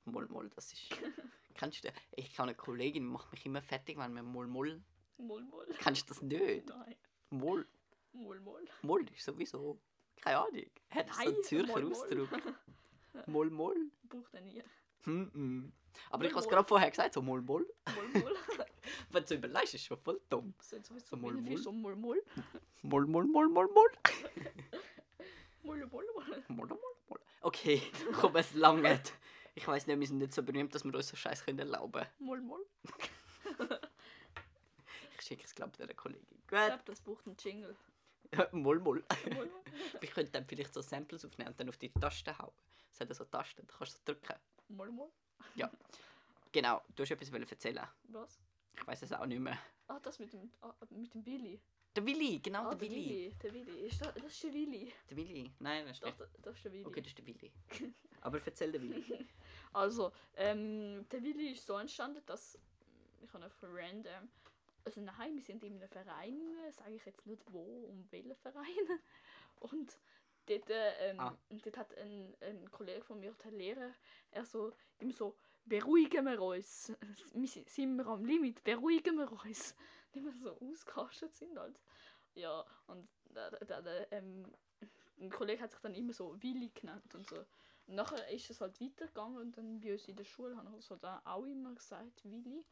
Speaker 2: Moll Moll, das ist. Kennst du das? Ich habe eine Kollegin, die macht mich immer fertig, wenn wir Moll Moll.
Speaker 4: Mol, mol.
Speaker 2: Kennst du das nicht?
Speaker 4: Nein.
Speaker 2: Moll.
Speaker 4: Mol, mol.
Speaker 2: Moll ist sowieso. Keine Ahnung. Hat so einen
Speaker 4: Nein,
Speaker 2: Zürcher
Speaker 4: Moll, Moll.
Speaker 2: Ausdruck. Moll Moll.
Speaker 4: Braucht er nie.
Speaker 2: Hm, hm. Aber ich
Speaker 4: Moll,
Speaker 2: habe es
Speaker 4: Moll.
Speaker 2: gerade vorher gesagt, so Moll Moll.
Speaker 4: Mol, mol.
Speaker 2: Wenn du es überlegst, ist es schon voll dumm.
Speaker 4: Sind sowieso
Speaker 2: So Mol,
Speaker 4: viele für
Speaker 2: Mol.
Speaker 4: so Mol, mol.
Speaker 2: Moll Moll Moll Moll Moll.
Speaker 4: Mol, mol, mol.
Speaker 2: Moll Moll Moll. Okay, komm, es langt. Ich weiss nicht, wir sind nicht so berühmt, dass wir uns so Scheiß können erlauben können.
Speaker 4: Mol, mol.
Speaker 2: Ich schicke es, glaube ich, der Kollegin.
Speaker 4: Ich
Speaker 2: Gut.
Speaker 4: glaube, das braucht einen Jingle.
Speaker 2: Moll Moll.
Speaker 4: Mol, mol.
Speaker 2: Ich könnte dann vielleicht so Samples aufnehmen und dann auf die Tasten hauen. Es hat ja so Tasten, da kannst du so drücken.
Speaker 4: Mol, mol.
Speaker 2: Genau, du hast etwas wollen erzählen.
Speaker 4: Was?
Speaker 2: Ich weiß es auch nicht mehr.
Speaker 4: Ah, das mit dem, ah, mit dem Billy.
Speaker 2: Der Willi, genau,
Speaker 4: Ah,
Speaker 2: der Willi.
Speaker 4: Der Willi. Ist das, das ist der Willi.
Speaker 2: Der Willi. Nein, das ist
Speaker 4: Doch,
Speaker 2: nicht.
Speaker 4: das, das ist der Willi.
Speaker 2: Äh. Okay, das ist der Willi. Aber erzähl den Willi.
Speaker 4: Also, ähm, der Willi ist so entstanden, dass ich habe von random. Also nein, wir sind in einem Verein, sage ich jetzt nicht wo und welchen Verein. Und dort, äh, ähm,
Speaker 2: Ah.
Speaker 4: und dort hat ein, ein Kollege von mir, der Lehrer, er so, immer so, beruhigen wir uns. Wir sind, sind wir am Limit, beruhigen wir uns. Nicht mehr so ausgerastet sind halt. Ja, und da, da, da, ähm, ein Kollege hat sich dann immer so Willi genannt und so. Und nachher ist es halt weitergegangen und dann bei uns in der Schule haben wir es halt auch immer gesagt, Willi.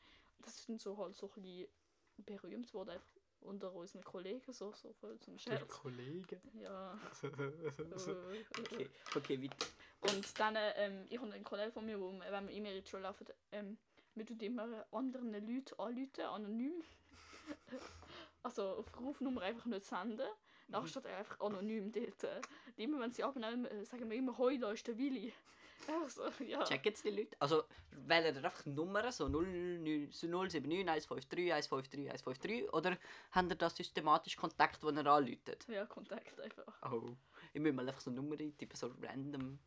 Speaker 4: Das ist dann so halt so ein bisschen berühmt wurde einfach unter unseren Kollegen, so, so voll zum Scherz.
Speaker 2: Kollege.
Speaker 4: Ja. Äh,
Speaker 2: Okay, okay, weiter.
Speaker 4: Und dann, äh, ähm, ich und ein Kollege von mir, wo, wir- wenn wir immer in die Schule laufen, ähm, wir tun immer anderen Leuten anrufen, anonym. also auf Rufnummer einfach nicht senden. Nachher steht er einfach anonym dort. äh. Und Immer wenn sie abnehmen, äh, sagen wir immer, «Hoi, da ist der Willi.» Einfach so, ja.
Speaker 2: Checken jetzt die Leute. Also, wählen ihr einfach Nummern, so 079, so 079 153 153 153 oder habt ihr da systematisch Kontakt, wo ihr anläutet?
Speaker 4: Ja, Kontakt einfach.
Speaker 2: Oh. Ich muss mal einfach so Nummern eintippen, so random.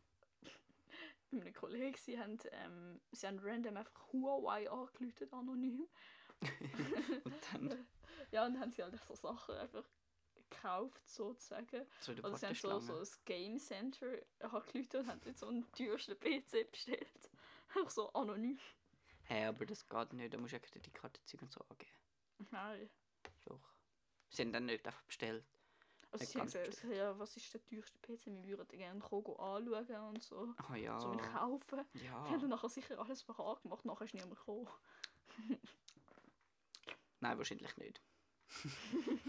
Speaker 4: bei einem Kollegen, sie haben, ähm, sie haben random einfach Huawei angelötet, anonym.
Speaker 2: Und dann
Speaker 4: Ja, und haben sie halt so Sachen einfach gekauft, sozusagen.
Speaker 2: zu der
Speaker 4: Oder Also, sie haben so, so
Speaker 2: Warteschlange.
Speaker 4: ein Game Center angelötet und haben jetzt so einen teuersten PC bestellt. Einfach so anonym.
Speaker 2: Hä, aber das geht nicht, da musst du ja Kreditkarte Zeug und so angeben.
Speaker 4: Nein.
Speaker 2: Doch. Sie haben dann nicht einfach bestellt.
Speaker 4: Also
Speaker 2: Hat
Speaker 4: sie haben
Speaker 2: gar nicht
Speaker 4: gesagt, ja, was ist der teuerste PC? Wir würden gerne kommen, gehen anschauen und so.
Speaker 2: Oh ja.
Speaker 4: So mit kaufen.
Speaker 2: Ah.
Speaker 4: Die haben
Speaker 2: ja.
Speaker 4: dann nachher sicher alles parat gemacht, nachher ist niemand gekommen.
Speaker 2: Nein, wahrscheinlich nicht.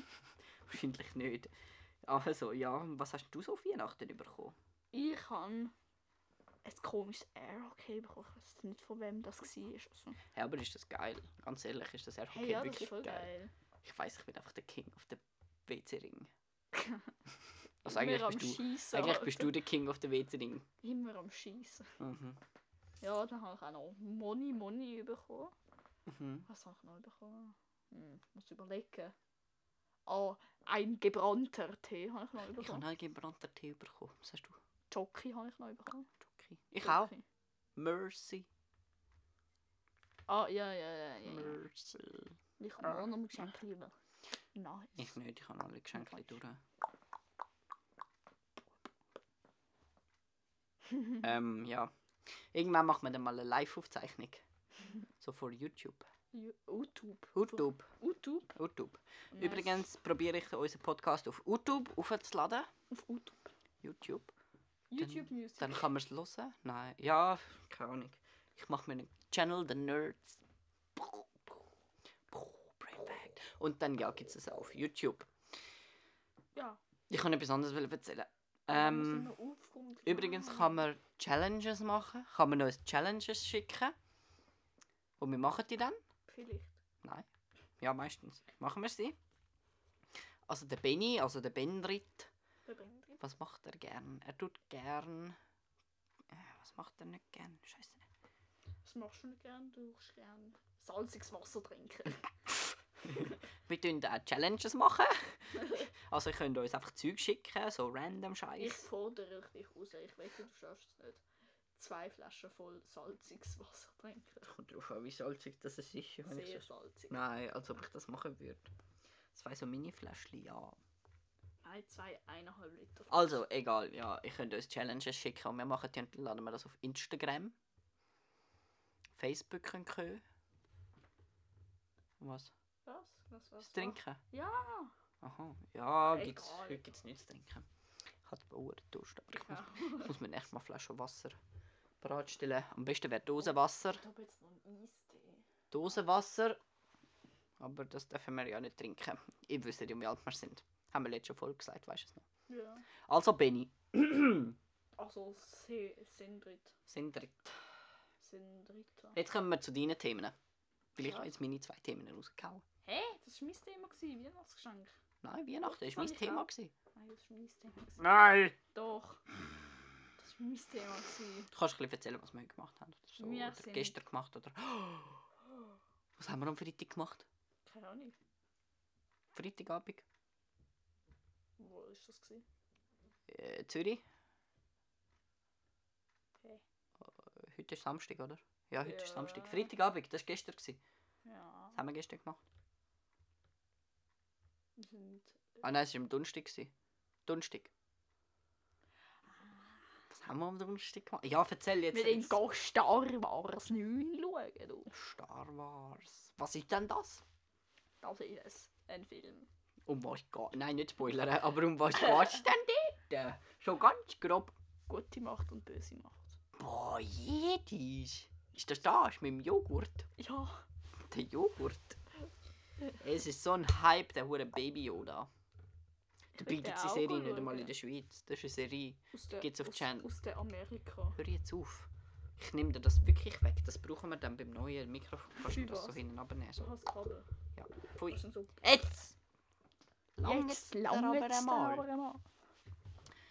Speaker 2: wahrscheinlich nicht. Also, ja, was hast du so auf Weihnachten bekommen?
Speaker 4: Ich habe ein komisches Air okay bekommen. Ich weiß nicht, von wem das war. Also,
Speaker 2: Hä, aber ist das geil. Ganz ehrlich, ist das einfach
Speaker 4: hey,
Speaker 2: okay,
Speaker 4: ja, das ist
Speaker 2: wirklich
Speaker 4: voll
Speaker 2: geil.
Speaker 4: geil.
Speaker 2: Ich weiß, ich bin einfach der King auf der WC-Ring. Also
Speaker 4: Immer
Speaker 2: eigentlich
Speaker 4: am
Speaker 2: bist, du,
Speaker 4: Schiessen.
Speaker 2: eigentlich bist du der King auf der WC-Ring.
Speaker 4: Immer am Schießen.
Speaker 2: Mhm.
Speaker 4: Ja, dann habe ich auch noch Money Money bekommen.
Speaker 2: Mhm.
Speaker 4: Was habe ich Ah, noch bekommen? Hm, muss überlegen. Ah, ein gebrannter Tee habe ich noch
Speaker 2: Ich habe
Speaker 4: bekommen.
Speaker 2: einen gebrannten Tee bekommen. Was hast du?
Speaker 4: Jockey habe ich noch bekommen.
Speaker 2: Jockey. Ich auch.
Speaker 4: Jockey.
Speaker 2: Mercy.
Speaker 4: Ah, ja, ja, ja. ja, ja.
Speaker 2: Mercy.
Speaker 4: Ich habe auch noch ein Geschenk lieber. Nice.
Speaker 2: Ich nicht, ich habe alle Geschenke durch. ähm, ja. Irgendwann machen wir dann mal eine Live-Aufzeichnung. So vor YouTube.
Speaker 4: Ju- YouTube.
Speaker 2: YouTube.
Speaker 4: YouTube.
Speaker 2: YouTube.
Speaker 4: Nice.
Speaker 2: Übrigens probiere ich unseren Podcast auf YouTube aufzuladen.
Speaker 4: Auf YouTube.
Speaker 2: YouTube.
Speaker 4: YouTube Music.
Speaker 2: Dann kann man es hören. Nein, ja, keine Ahnung. Ich mache mir einen Channel, The Nerds. Perfekt. Und dann ja, gibt es es auch auf YouTube.
Speaker 4: ja.
Speaker 2: Ich kann etwas anderes erzählen.
Speaker 4: wir sind
Speaker 2: Ähm,
Speaker 4: noch aufgeräumt.
Speaker 2: übrigens kann man Challenges machen. Kann man uns Challenges schicken. Und wir machen die dann.
Speaker 4: Vielleicht.
Speaker 2: Nein. Ja, meistens. Machen wir sie. Also der Benny, also der Benrit.
Speaker 4: Der Bendrit.
Speaker 2: Was macht er gern? Er tut gern. Äh, was macht er nicht gern? Scheiße.
Speaker 4: Was machst du nicht gern? Du machst gern salziges Wasser trinken.
Speaker 2: Wir tun auch Challenges machen. also ihr könnt uns einfach Zeug schicken, so random
Speaker 4: ich
Speaker 2: Scheiß.
Speaker 4: fordere dich raus. Ich wette, du schaffst es nicht. Zwei Flaschen voll salziges Wasser trinken.
Speaker 2: Kommt drauf an, wie salzig das es ist. wenn ich
Speaker 4: Sehr
Speaker 2: so-
Speaker 4: salzig.
Speaker 2: Nein, als ob ich das machen würde. Zwei so Mini-Fläschchen, ja.
Speaker 4: Nein, zwei, eineinhalb Liter.
Speaker 2: Also, egal, ja, ihr könnt uns Challenges schicken und wir machen die und dann laden wir das auf Instagram. Facebook könnt ihr. hören. Was?
Speaker 4: Was? Was? Was?
Speaker 2: Das Trinken?
Speaker 4: Ja!
Speaker 2: Aha. Ja,
Speaker 4: Egal.
Speaker 2: gibt's, heute gibt es nichts zu trinken. Ich hatte einen Durst, aber ich muss
Speaker 4: Ja.
Speaker 2: muss man erstmal Flaschen Wasser bereitstellen. Am besten wäre Dosenwasser.
Speaker 4: Ich habe jetzt noch einen Eistee.
Speaker 2: Dosenwasser. Aber das dürfen wir ja nicht trinken. Ihr wisst ja, wie alt wir sind. Haben wir letzte Folge gesagt, weißt du es noch?
Speaker 4: Ja.
Speaker 2: Also Benny,
Speaker 4: Also, Se- Sindrit.
Speaker 2: sind dritt.
Speaker 4: Sindrita.
Speaker 2: Jetzt kommen wir zu deinen Themen. Weil ich
Speaker 4: Ja.
Speaker 2: habe jetzt meine zwei Themen rausgehauen.
Speaker 4: Hä? Das war mein Thema, gewesen, Weihnachtsgeschenk.
Speaker 2: Nein, Weihnachten
Speaker 4: Das
Speaker 2: war mein
Speaker 4: habe ich
Speaker 2: Thema.
Speaker 4: auch.
Speaker 2: Gewesen.
Speaker 4: Nein, das war mein Thema. gewesen.
Speaker 2: Nein!
Speaker 4: Doch. Das war mein Thema. gewesen.
Speaker 2: Du kannst ein bisschen erzählen, was wir heute gemacht haben. Oder so.
Speaker 4: Wir
Speaker 2: oder
Speaker 4: sind-
Speaker 2: gestern gemacht oder... Was haben wir am Freitag gemacht?
Speaker 4: Keine Ahnung.
Speaker 2: Freitagabend?
Speaker 4: Wo ist das? Gewesen?
Speaker 2: Äh, Zürich?
Speaker 4: Hä?
Speaker 2: Heute ist Samstag, oder? Ja, heute ist
Speaker 4: Ja.
Speaker 2: Samstag. Freitagabend, das war gestern. gewesen.
Speaker 4: Ja.
Speaker 2: Das haben wir gestern gemacht.
Speaker 4: Wir sind.
Speaker 2: Ah nein, es war am Donnerstag. gewesen. Donnerstag. Was haben wir am Donnerstag gemacht? Ja, erzähl jetzt.
Speaker 4: Wir sind gar starr war es nicht schauen. Du.
Speaker 2: Star Wars. Was ist denn das?
Speaker 4: Das ist es. Ein Film.
Speaker 2: Um was geht... Nein, nicht spoilern, aber um was geht's denn dort? Schon ganz grob.
Speaker 4: Gute Macht und böse Macht.
Speaker 2: Boah, Jedis. Ist das das mit dem Joghurt?
Speaker 4: Ja.
Speaker 2: Der Joghurt. Es ist so ein Hype, der hure Baby Yoda. Dabei
Speaker 4: will den
Speaker 2: gibt es die
Speaker 4: auch
Speaker 2: Serie nicht
Speaker 4: schauen.
Speaker 2: einmal in der Schweiz. Das ist eine Serie.
Speaker 4: Aus der,
Speaker 2: Geht's auf
Speaker 4: aus,
Speaker 2: Channel?
Speaker 4: aus der Amerika.
Speaker 2: Hör jetzt auf. Ich nehme dir das wirklich weg. Das brauchen wir dann beim neuen Mikrofon. Kannst du
Speaker 4: Für
Speaker 2: das so
Speaker 4: was?
Speaker 2: hinten abnehmen?
Speaker 4: Du
Speaker 2: So.
Speaker 4: hast Kabel.
Speaker 2: Ja. Pfui.
Speaker 4: Das sind so.
Speaker 2: Jetzt! Lange
Speaker 4: Jetzt langt es aber
Speaker 2: einmal.
Speaker 4: einmal.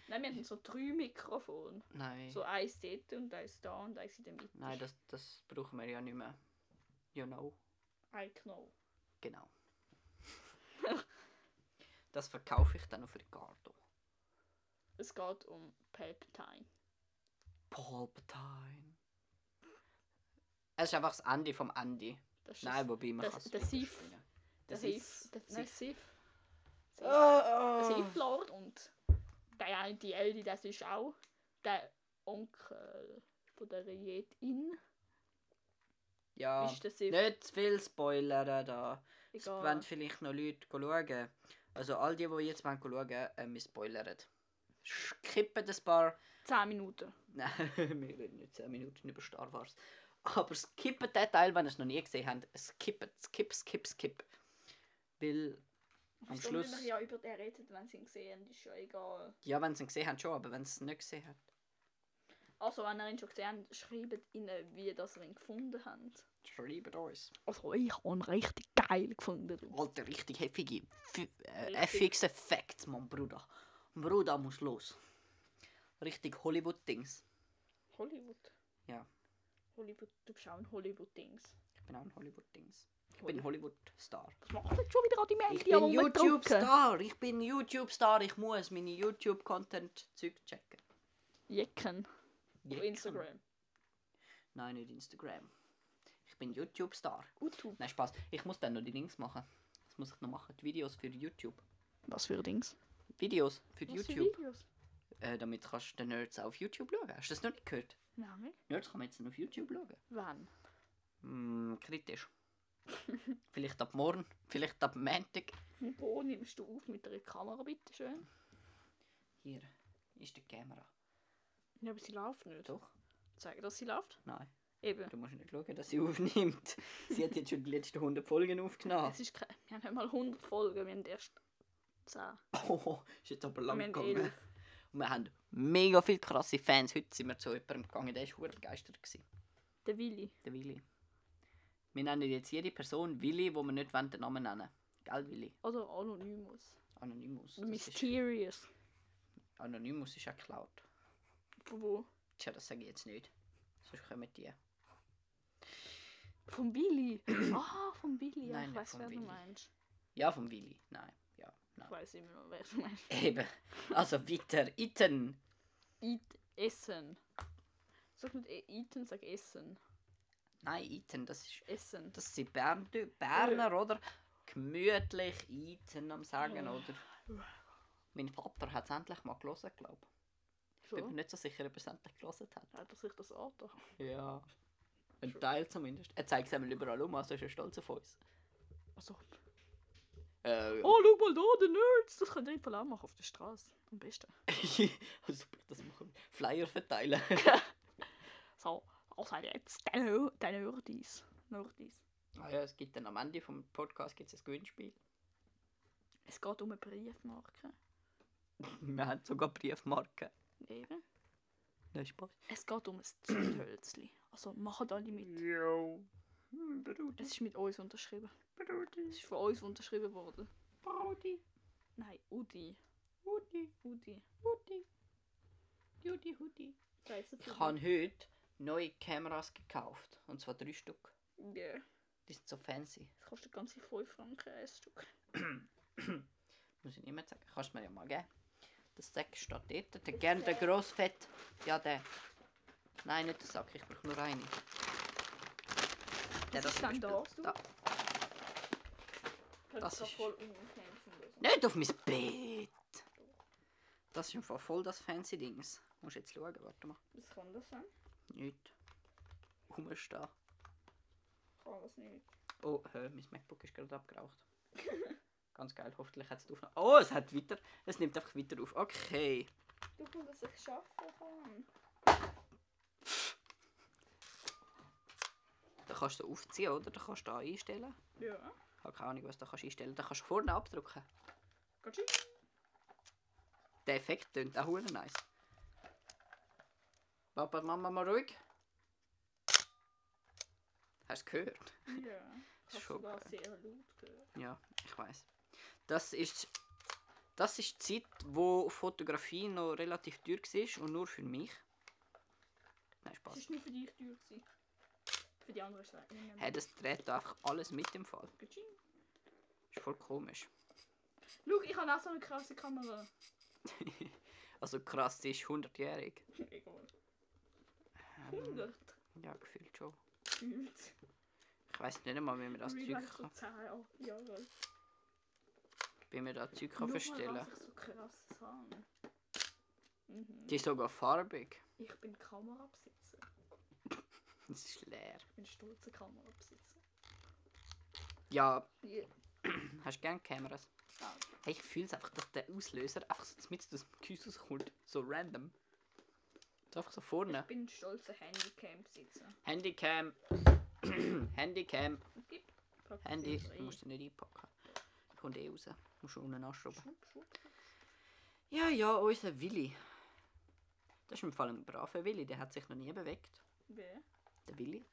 Speaker 4: Nein, wir haben so drei Mikrofone.
Speaker 2: Nein.
Speaker 4: So eins dort und eins da und eins in der Mitte.
Speaker 2: Nein, das, das brauchen wir ja nicht mehr. You know.
Speaker 4: I know.
Speaker 2: Genau. das verkaufe ich dann auf Ricardo.
Speaker 4: Es geht um Palpatine.
Speaker 2: Palpatine. Es ist einfach das Ende vom Andy.
Speaker 4: Das ist
Speaker 2: Nein, wobei man
Speaker 4: das-
Speaker 2: kann es
Speaker 4: der
Speaker 2: wirklich
Speaker 4: Sith.
Speaker 2: spielen. Der
Speaker 4: das, das
Speaker 2: Sith.
Speaker 4: ist das
Speaker 2: Sith.
Speaker 4: ist Sith.
Speaker 2: Ah, ah.
Speaker 4: Sith Lord Also und der eine, die Eldi, das ist auch der Onkel von der Jedin.
Speaker 2: Ja,
Speaker 4: Ist der Sith.
Speaker 2: nicht zu viel spoilern da. Es
Speaker 4: Egal.
Speaker 2: wollen vielleicht noch Leute schauen. Also all die, die jetzt schauen wollen, äh, wir spoilern. Skippen ein paar
Speaker 4: 10 Minuten.
Speaker 2: Nein, wir reden nicht 10 Minuten über Star Wars. Aber skippen den Teil, wenn ihr es noch nie gesehen habt. Skippen, skip, skip, skip. Weil am
Speaker 4: Wieso
Speaker 2: Schluss.
Speaker 4: müssen wir ja über den reden, wenn sie ihn sehen, ist ja egal.
Speaker 2: Ja, wenn sie ihn gesehen haben, schon, aber wenn sie es nicht gesehen haben.
Speaker 4: Also, wenn ihr ihn schon gesehen habt, schreibt ihnen, wie das ihr ihn gefunden habt.
Speaker 2: Schreibt uns.
Speaker 4: Also, ich habe ihn richtig geil gefunden.
Speaker 2: Alter, richtig heftige F- äh,
Speaker 4: Richtig.
Speaker 2: FX Effekt, mein Bruder. Bruder muss los. Richtig Hollywood-Dings.
Speaker 4: Hollywood.
Speaker 2: Ja.
Speaker 4: Hollywood, du bist auch ein Hollywood-Dings.
Speaker 2: Ich bin auch ein Hollywood-Dings. Ich bin Hollywood-Star.
Speaker 4: Was macht denn schon wieder an deinem Handy?
Speaker 2: Ich bin
Speaker 4: am Rumdrucken?
Speaker 2: YouTube-Star. Ich bin YouTube-Star. Ich muss meine YouTube-Content-Zeug checken.
Speaker 4: Jecken. Auf
Speaker 2: Jecken.
Speaker 4: Instagram.
Speaker 2: Nein, nicht Instagram. Ich bin YouTube-Star.
Speaker 4: YouTube.
Speaker 2: Nein, Spaß. Ich muss dann noch die Links machen. Das muss ich noch machen. Die Videos für YouTube.
Speaker 4: Was für Dings?
Speaker 2: Videos für
Speaker 4: Was für
Speaker 2: YouTube.
Speaker 4: Videos?
Speaker 2: äh, damit kannst du den Nerds auch auf YouTube schauen. Hast du das noch nicht gehört?
Speaker 4: Nein.
Speaker 2: Nerds kann man jetzt dann auf YouTube schauen.
Speaker 4: Wann?
Speaker 2: Hm, kritisch. vielleicht ab morgen, vielleicht ab Montag.
Speaker 4: Wo nimmst du auf mit der Kamera, bitte schön?
Speaker 2: Hier ist die Kamera.
Speaker 4: Ja, aber sie läuft nicht.
Speaker 2: Doch?
Speaker 4: Zeig, dass sie läuft.
Speaker 2: Nein.
Speaker 4: Eben.
Speaker 2: Du musst nicht schauen, dass sie aufnimmt. sie hat jetzt schon die letzten 100 Folgen aufgenommen.
Speaker 4: Es ist kein, wir haben nicht mal 100 Folgen, wir haben erst 10.
Speaker 2: Oh, ist jetzt aber lang
Speaker 4: Wir haben
Speaker 2: gegangen.
Speaker 4: 11.
Speaker 2: Und wir haben mega viele krasse Fans. Heute sind wir zu jemandem gegangen, der war verdammt begeistert. Gewesen.
Speaker 4: Der Willi.
Speaker 2: Der Willi. Wir nennen jetzt jede Person Willi, wo wir nicht wollen, den Namen nennen Gell, Willi?
Speaker 4: Oder Also Anonymous.
Speaker 2: Anonymous.
Speaker 4: Oder
Speaker 2: Das ist,
Speaker 4: Mysterious.
Speaker 2: Anonymous ist auch geklaut.
Speaker 4: Von wo?
Speaker 2: Tja, das sage ich jetzt nicht. Sonst kommen die.
Speaker 4: Vom Willi. Ah, vom Willi. Ja,
Speaker 2: Nein,
Speaker 4: ich
Speaker 2: nicht
Speaker 4: weiß,
Speaker 2: vom
Speaker 4: wer du
Speaker 2: Willi.
Speaker 4: meinst.
Speaker 2: Ja, vom Willi. Nein. Ja,
Speaker 4: Ich
Speaker 2: nein.
Speaker 4: weiß immer noch, wer du meinst.
Speaker 2: Eben. Also weiter. Iten.
Speaker 4: Eat, Essen. Sag nicht e- Eaten, sag Essen.
Speaker 2: Nein, Iten, das ist.
Speaker 4: Essen.
Speaker 2: Das sind Bern Berner, oder? Gemütlich Iten am Sagen,
Speaker 4: Oh.
Speaker 2: oder? Mein Vater hat es endlich mal gelesen, glaube ich. Ich bin mir
Speaker 4: Schon?
Speaker 2: nicht so sicher, ob er es endlich gelesen hat.
Speaker 4: Hat er sich das Auto?
Speaker 2: Ja. Ein Teil zumindest. Er zeigt es einmal überall um, also ist er stolz auf uns.
Speaker 4: Also.
Speaker 2: Äh,
Speaker 4: Oh, schau mal da, die Nerds! Das könnt ihr einfach auch machen auf der Straße. Am besten.
Speaker 2: also super, das machen wir. Flyer verteilen.
Speaker 4: So, also jetzt der Nö- der Nerdis. Nerdis.
Speaker 2: ah ja, es gibt dann am Ende vom Podcast gibt's ein Gewinnspiel.
Speaker 4: Es geht um eine Briefmarke.
Speaker 2: Wir haben sogar Briefmarken.
Speaker 4: Eben.
Speaker 2: Nein, Spaß.
Speaker 4: Es geht um ein Zündhölzli. Also machen alle mit.
Speaker 2: Jo. Mm, Brudi,
Speaker 4: Es ist mit uns unterschrieben.
Speaker 2: Brudi,
Speaker 4: Es ist von uns unterschrieben worden.
Speaker 2: Brudi,
Speaker 4: Nein, Udi.
Speaker 2: Hudi,
Speaker 4: Udi.
Speaker 2: Hudi. Hudi, Hudi.
Speaker 4: Weißt du,
Speaker 2: Ich habe heute neue Kameras gekauft. Und zwar drei Stück.
Speaker 4: Ja.
Speaker 2: Die sind so fancy.
Speaker 4: Das kostet ganze 5 Franken ein Stück.
Speaker 2: Muss ich nicht mehr sagen. Kannst du mir ja mal geben. Der Sack steht dort. Der gern der Grossfett. Ja, der. Nein, nicht der Sack. Ich brauche nur einen. Der
Speaker 4: Was ist
Speaker 2: da
Speaker 4: denn
Speaker 2: zum
Speaker 4: da?
Speaker 2: Beispiel. da. Das
Speaker 4: ist
Speaker 2: ist-
Speaker 4: voll unangenehm zum Lesen.
Speaker 2: Nicht auf mein Bett! Das ist im Fall voll das fancy Dings. Musst jetzt schauen, warte mal.
Speaker 4: Was kann das sein?
Speaker 2: Nicht. Rumstehen.
Speaker 4: Kann das nicht.
Speaker 2: Oh, hä, mein MacBook ist gerade abgeraucht. Ganz geil, hoffentlich hat es die Aufnahme. Oh, es hat weiter. Es nimmt einfach weiter auf. Okay.
Speaker 4: Du kannst es schaffen kann.
Speaker 2: Da kannst du aufziehen, oder? Da kannst du da einstellen.
Speaker 4: Ja.
Speaker 2: Ich habe keine Ahnung, was du da kannst einstellen kannst. Da kannst du vorne abdrücken.
Speaker 4: Gatschi.
Speaker 2: Der Effekt tönt auch hure nice. Papa, Mama, mal ruhig. Hast du gehört?
Speaker 4: Ja. Hast
Speaker 2: schon
Speaker 4: du da
Speaker 2: geil.
Speaker 4: sehr laut gehört?
Speaker 2: Ja, ich weiß. Das ist das ist die Zeit, wo Fotografie noch relativ teuer war und nur für mich. Nein,
Speaker 4: Es
Speaker 2: Spaß.
Speaker 4: ist nur für dich teuer gewesen. Für die anderen ist es nicht mehr.
Speaker 2: Hey, das dreht da einfach alles mit im Fall.
Speaker 4: Gatschi.
Speaker 2: Ist voll komisch.
Speaker 4: Schau, ich habe auch so eine krasse Kamera.
Speaker 2: Also krass, die ist 100-jährig.
Speaker 4: Egal.
Speaker 2: Ähm,
Speaker 4: 100
Speaker 2: ja, gefühlt schon.
Speaker 4: gefühlt.
Speaker 2: Ich weiß nicht einmal, wie man das
Speaker 4: Real
Speaker 2: Zeug,
Speaker 4: life so
Speaker 2: kann-
Speaker 4: 10 Jahre alt.
Speaker 2: wie man das Zeug kann
Speaker 4: Nur
Speaker 2: verstellen
Speaker 4: lasse ich so krasses an. Mhm.
Speaker 2: Die ist sogar farbig.
Speaker 4: Ich bin Kamerabesitzer.
Speaker 2: Das ist leer.
Speaker 4: Ich bin stolzer Kamerabesitzer.
Speaker 2: Ja,
Speaker 4: Yeah.
Speaker 2: hast du gerne Kameras?
Speaker 4: Ah,
Speaker 2: Hey, ich fühle es einfach, dass der Auslöser einfach so mitten aus dem Gehäuse rauskommt. So random. So einfach so
Speaker 4: Ich
Speaker 2: vorne.
Speaker 4: bin stolzer Handycam-Besitzer.
Speaker 2: Handycam. Handycam.
Speaker 4: Gib. Pack das
Speaker 2: Handy.
Speaker 4: in so
Speaker 2: Du musst den nicht einpacken. Kommt eh raus. Musst du unten anschrauben.
Speaker 4: Schwupp, schwupp.
Speaker 2: Ja, ja, unser Willi. Das ist im Fall ein braver Willi. Der hat sich noch nie bewegt.
Speaker 4: Wer?
Speaker 2: Der Willi.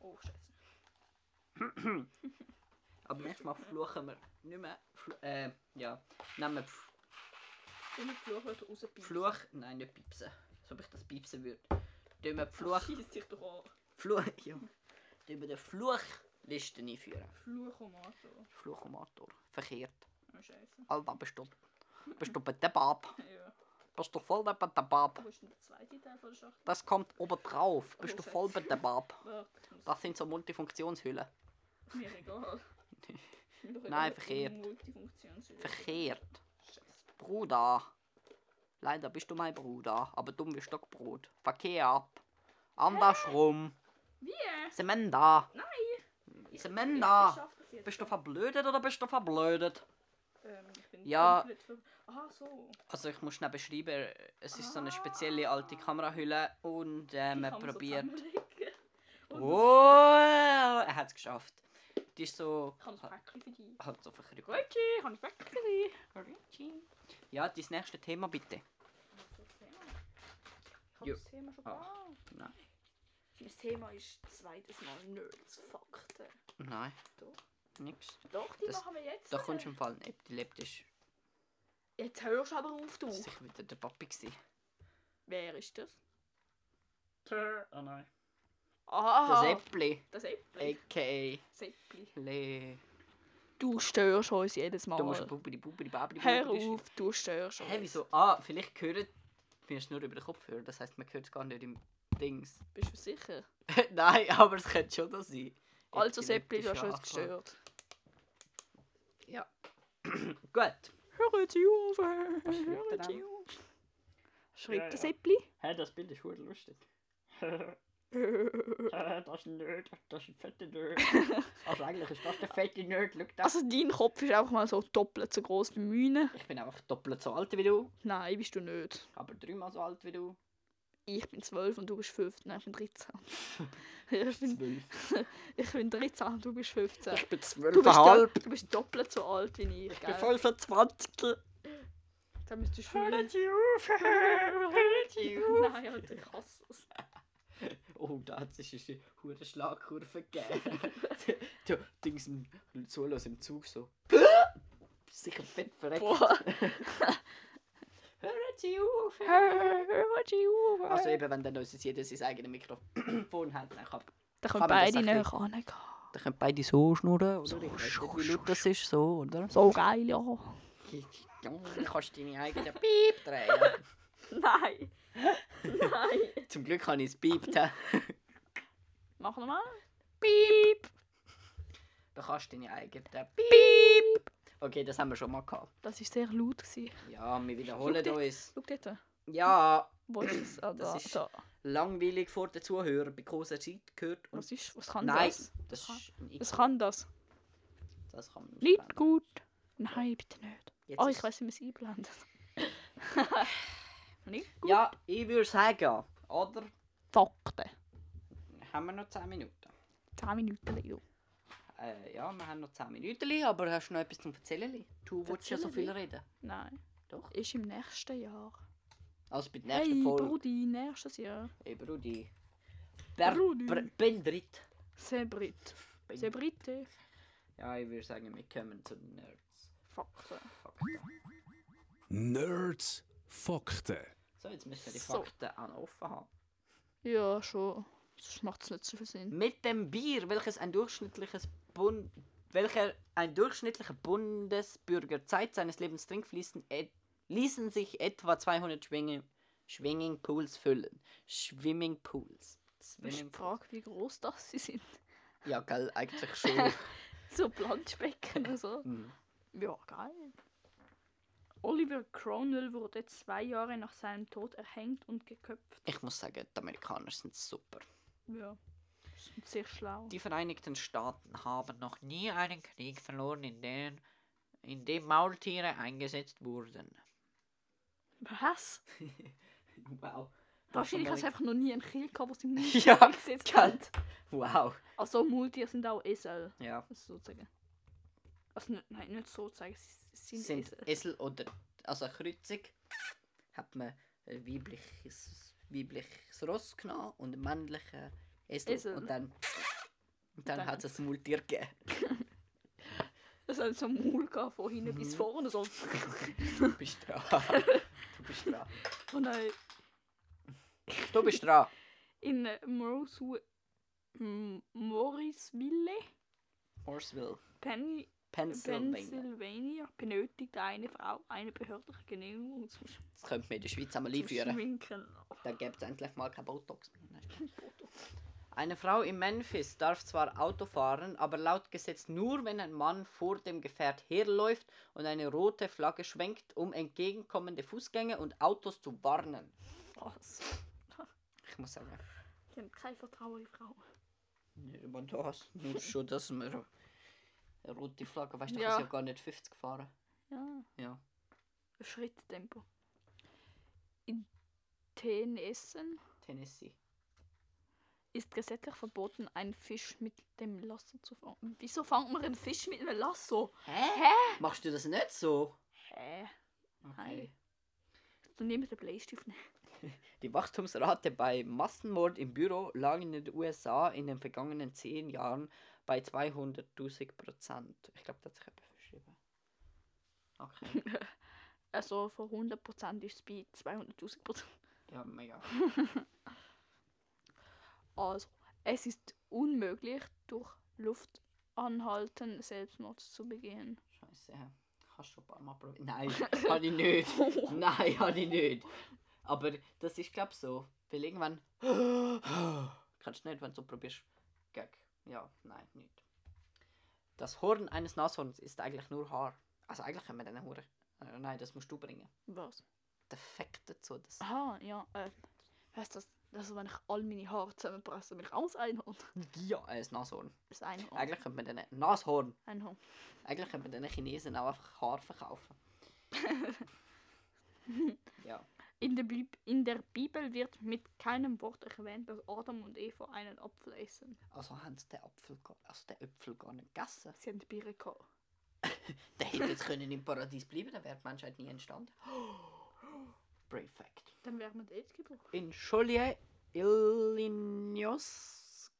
Speaker 4: Oh, scheiße.
Speaker 2: Aber nächstes Mal fluchen wir nicht mehr. Fl äh, ja. Nehmen wir F-
Speaker 4: Und ich fluche heute raus.
Speaker 2: Fluch. Nein, nicht piepsen. Als ob ich das piepsen würde. Tun wir die Fluch.
Speaker 4: Schieß dich doch an.
Speaker 2: Fluch. Ja. Tun wir den Fluchliste einführen.
Speaker 4: Fluch am Auto.
Speaker 2: Fluchomator. Verkehrt.
Speaker 4: Oh, scheiße.
Speaker 2: Alter, bist du. Bist du bei der Bab?
Speaker 4: Ja.
Speaker 2: Bist du voll bei der Bab?
Speaker 4: Wo ist denn der zweite Teil von der Schachtel?
Speaker 2: Das kommt oben drauf. Bist
Speaker 4: Oh,
Speaker 2: du voll bei der Bab?
Speaker 4: Warte, ich muss-
Speaker 2: Das sind so Multifunktionshüllen.
Speaker 4: Mir egal. Mir doch
Speaker 2: Nein,
Speaker 4: egal, ob
Speaker 2: verkehrt.
Speaker 4: ich Multifunktionshülle bin.
Speaker 2: Verkehrt.
Speaker 4: Scheiße.
Speaker 2: Bruder. Leider bist du mein Bruder, aber dumm wie Stockbrot. Verkehr ab. Andersrum.
Speaker 4: Wie?
Speaker 2: Semenda.
Speaker 4: Nein! Ich
Speaker 2: Semenda.
Speaker 4: schaff das jetzt.
Speaker 2: Bist du verblödet oder bist du verblödet?
Speaker 4: Ähm, ich bin
Speaker 2: Ja.
Speaker 4: komplett ver- Ah, so.
Speaker 2: Also ich muss schnell beschreiben, es ist so
Speaker 4: Ah.
Speaker 2: eine spezielle alte Kamerahülle und äh, man
Speaker 4: Kann so
Speaker 2: probiert...
Speaker 4: zusammenlegen. Und
Speaker 2: Oh, er hat es geschafft. Die ist so...
Speaker 4: Ich kann das Päckchen für dich.
Speaker 2: Halt so verkrüppelt.
Speaker 4: Gucci, ich kann das Päckchen für dich.
Speaker 2: Ja, dein nächste Thema bitte.
Speaker 4: Also, das Thema. Ich habe
Speaker 2: Jo.
Speaker 4: das Thema schon
Speaker 2: Ah.
Speaker 4: gehabt.
Speaker 2: Nein.
Speaker 4: Mein Thema ist zweites Mal Nerds Fakten.
Speaker 2: Nein.
Speaker 4: Doch.
Speaker 2: Nix.
Speaker 4: Doch, die
Speaker 2: Das-
Speaker 4: machen wir jetzt.
Speaker 2: Da kommst du im Fall ein epileptisch.
Speaker 4: Jetzt hörst du aber auf, du.
Speaker 2: Das war sicher wieder der Papi. Gewesen.
Speaker 4: Wer ist das?
Speaker 2: Oh nein. Das
Speaker 4: Aha.
Speaker 2: Äppli,
Speaker 4: Das Äpfel.
Speaker 2: a.k.a.
Speaker 4: Das Äpfel.
Speaker 2: Le.
Speaker 4: Du störst uns jedes Mal.
Speaker 2: Du musst bubidi bubidi babidi
Speaker 4: Ah. Hör
Speaker 2: bubidi
Speaker 4: auf, du störst
Speaker 2: sch-
Speaker 4: uns.
Speaker 2: Hä, wieso? Ah, vielleicht hören wir es nur über den Kopfhörer. Das heisst, man hört es gar nicht im Dings.
Speaker 4: Bist du sicher?
Speaker 2: nein, aber es könnte schon das sein.
Speaker 4: Also, Seppli, du hast
Speaker 2: Epileptischer
Speaker 4: uns
Speaker 2: Anfall.
Speaker 4: gestört.
Speaker 2: Ja. Gut.
Speaker 4: Hör jetzt auf, hör
Speaker 2: schreibt er
Speaker 4: jetzt
Speaker 2: dann?
Speaker 4: auf.
Speaker 2: Ja,
Speaker 4: Schreibt
Speaker 2: ja.
Speaker 4: der Seppli?
Speaker 2: Hä, das Bild ist gut lustig. das ist ein Nerd. Das ist ein fetter Nerd. also eigentlich ist das der fette Nerd. Schau das.
Speaker 4: Also, dein Kopf ist einfach mal so doppelt so groß wie meine.
Speaker 2: Ich bin einfach doppelt so alt wie du,
Speaker 4: Nein, bist du nicht.
Speaker 2: aber dreimal so alt wie du.
Speaker 4: Ich bin 12 und du bist 15. Nein, ich bin 13. ich, bin,
Speaker 2: Zwölf.
Speaker 4: ich bin 13 und du bist 15.
Speaker 2: bin
Speaker 4: Du bist,
Speaker 2: zwölfeinhalb.
Speaker 4: do, du bist doppelt so alt wie ich, gell?
Speaker 2: 25.
Speaker 4: Dann müsstest du Nein,
Speaker 2: auf! Hört
Speaker 4: Alter, ich hasse es.
Speaker 2: Oh, da hat es eine hohe Schlagkurve gegeben. du, Dings im Zulos im Zug so. Sicher fett verreckt.
Speaker 4: Boah.
Speaker 2: Hört sie auf!
Speaker 4: Hör dich auf.
Speaker 2: Also eben, wenn dann unser jeder sein eigenes Mikrofon hat, dann kann man
Speaker 4: Da können
Speaker 2: das
Speaker 4: beide
Speaker 2: ein bisschen-
Speaker 4: näher angehen.
Speaker 2: dann können beide so schnurren, oder?
Speaker 4: So,
Speaker 2: ich weiß
Speaker 4: schu-
Speaker 2: nicht, wie laut
Speaker 4: schu-
Speaker 2: das ist, so, oder?
Speaker 4: So geil, ja.
Speaker 2: Dann kannst du deine eigene Piep drehen.
Speaker 4: Nein. Nein.
Speaker 2: Zum Glück kann ich es piept. hä?
Speaker 4: Mach nochmal.
Speaker 2: Piep! Da kannst du deine eigene Piep! Okay, das haben wir schon mal gehabt.
Speaker 4: Das war sehr laut. Gewesen.
Speaker 2: Ja, wir wiederholen
Speaker 4: Schau
Speaker 2: uns.
Speaker 4: Schau dort.
Speaker 2: Ja,
Speaker 4: Wo ist das? Ah, da,
Speaker 2: Das ist-
Speaker 4: da.
Speaker 2: langweilig vor den Zuhörern bei kurzer Zeit gehört und.
Speaker 4: Was, ist, was kann
Speaker 2: Nein,
Speaker 4: das?
Speaker 2: das ist ein
Speaker 4: Was
Speaker 2: Icon.
Speaker 4: kann das?
Speaker 2: Das kann man
Speaker 4: Lied
Speaker 2: ausblenden.
Speaker 4: gut. Nein, bitte nicht.
Speaker 2: Jetzt
Speaker 4: Oh,
Speaker 2: ist-
Speaker 4: ich weiß, wie man es einblendet. Lied gut.
Speaker 2: Ja, ich würde sagen, oder?
Speaker 4: Fakten.
Speaker 2: Haben wir noch 10 Minuten?
Speaker 4: 10 Minuten, Leo.
Speaker 2: Äh, ja, wir haben noch 10 Minuten, aber hast du noch etwas zum Erzählen? Du wolltest ja so viel
Speaker 4: Erzählen?
Speaker 2: reden.
Speaker 4: Nein.
Speaker 2: Doch.
Speaker 4: Ist im nächsten Jahr.
Speaker 2: Also bei der nächsten
Speaker 4: Hey,
Speaker 2: Folge.
Speaker 4: Brudi, nächstes Jahr.
Speaker 2: Hey, Brudi. Ber
Speaker 4: Brudi.
Speaker 2: Br Bendrit.
Speaker 4: C'est Brit.
Speaker 2: Ben-
Speaker 4: C'est Brite.
Speaker 2: Ja, ich würde sagen, wir kommen zu den Nerds.
Speaker 4: Fakten.
Speaker 2: Fakten.
Speaker 3: Nerds Fakten.
Speaker 2: So, jetzt müssen wir die
Speaker 4: So.
Speaker 2: Fakten auch noch offen haben.
Speaker 4: Ja, schon. Sonst macht es nicht so viel Sinn.
Speaker 2: Mit dem Bier, welches ein durchschnittliches Bund welcher ein durchschnittlicher Bundesbürger Zeit seines Lebens trinkt, fließen et ließen sich etwa 200 Schwinge Schwinging Pools füllen. Swimming Pools. Das
Speaker 4: Das ist die Frage, wie groß das sie sind.
Speaker 2: Ja, gell, eigentlich schon.
Speaker 4: So Planschbecken und so.
Speaker 2: Mhm.
Speaker 4: Ja, geil. Oliver Cromwell wurde zwei Jahre nach seinem Tod erhängt und geköpft.
Speaker 2: ich muss sagen, die Amerikaner sind super.
Speaker 4: Ja. Sind sehr schlau.
Speaker 5: Die Vereinigten Staaten haben noch nie einen Krieg verloren, in, den, in dem Maultiere eingesetzt wurden.
Speaker 4: Was?
Speaker 2: Wow.
Speaker 4: Wahrscheinlich hast du einfach noch nie einen Krieg gehabt, was im Multier
Speaker 2: Ja,
Speaker 4: eingesetzt
Speaker 2: gell.
Speaker 4: wird.
Speaker 2: Wow.
Speaker 4: Also Multier sind auch Esel.
Speaker 2: Ja.
Speaker 4: Sozusagen. Also nicht, nein, nicht sozusagen, sie sind,
Speaker 2: Sind
Speaker 4: Esel.
Speaker 2: Esel oder also eine Kreuzung hat man ein weibliches, weibliches Ross genommen und einen männlichen Esel,
Speaker 4: Esel.
Speaker 2: und dann und dann
Speaker 4: dann-
Speaker 2: hat es ein Multier gegeben.
Speaker 4: Das hat so ein Maul gehabt, von hinten
Speaker 2: Mhm.
Speaker 4: bis vorne. So.
Speaker 2: Du bist dran. Du bist dran.
Speaker 4: Und dann
Speaker 2: Du bist dran.
Speaker 4: in äh, Morrisville, Morrisville
Speaker 2: Horseville.
Speaker 4: Penny,
Speaker 2: Pennsylvania.
Speaker 4: Pennsylvania benötigte eine Frau eine behördliche Genehmigung zum, Sch-
Speaker 2: Das könnte man in der Schweiz einmal
Speaker 4: zum
Speaker 2: einführen.
Speaker 4: Schminken. Oh,
Speaker 2: Da gäbe es endlich mal kein Botox mehr. Nein, Spaß. Eine Frau in Memphis darf zwar Auto fahren, aber laut Gesetz nur, wenn ein Mann vor dem Gefährt herläuft und eine rote Flagge schwenkt, um entgegenkommende Fußgänger und Autos zu warnen.
Speaker 4: Was?
Speaker 2: Ich muss sagen,
Speaker 4: Ich habe kein Vertrauen in Frauen.
Speaker 2: nicht über das. Nur schon, dass wir eine rote Flagge, weißt du,
Speaker 4: Ja.
Speaker 2: ich kann ja gar nicht 50 fahren.
Speaker 4: Ja.
Speaker 2: Ja.
Speaker 4: Schritttempo. In Tennessee
Speaker 2: Tennessee.
Speaker 4: ist gesetzlich verboten, einen Fisch mit dem Lasso zu fangen. Wieso fangt man einen Fisch mit einem Lasso?
Speaker 2: Hä? Machst du das nicht so?
Speaker 4: Hä?
Speaker 2: Okay.
Speaker 4: Nein. Dann nehmen wir den Bleistift nicht.
Speaker 2: Die Wachstumsrate bei Massenmord im Büro lag in den USA in den vergangenen 10 Jahren bei 200.000 Prozent. Ich glaube, das hat sich jemand verschrieben. Okay,
Speaker 4: Also von 100% ist es bei 200.000%.
Speaker 2: ja, mega.
Speaker 4: Also, es ist unmöglich, durch Luftanhalten Selbstmord zu begehen.
Speaker 2: Scheiße. Hast du schon ein paar Mal probiert? Nein, habe ich nicht. Nein, habe ich nicht. Aber das ist, glaube ich, so. Weil irgendwann. Kannst du nicht, wenn du so probierst. Gag. Ja, nein, nicht. Das Horn eines Nashorns ist eigentlich nur Haar. Also eigentlich können wir den Horn. Äh, Nein, das musst du bringen.
Speaker 4: Was?
Speaker 2: defekt dazu. Das
Speaker 4: Aha, ja. Äh, weißt du, das- also wenn ich all meine Haare zusammenpresse, bin ich alles Einhorn.
Speaker 2: ja, äh, das Nashorn.
Speaker 4: Das Einhorn.
Speaker 2: Eigentlich könnte man den Nashorn.
Speaker 4: Einhorn.
Speaker 2: Eigentlich könnte man den Chinesen auch einfach Haar verkaufen. ja.
Speaker 4: In der, Bib in der Bibel wird mit keinem Wort erwähnt, dass Adam und Eva einen Apfel essen.
Speaker 2: Also haben sie den Apfel, gar- also den Äpfel gar nicht gegessen.
Speaker 4: Sie haben Bier gehabt.
Speaker 2: Der hätte jetzt können im Paradies bleiben, dann wäre die Menschheit nie entstanden. Brave Fact.
Speaker 4: Dann wären wir jetzt gebraucht.
Speaker 2: In Joliet, Illinois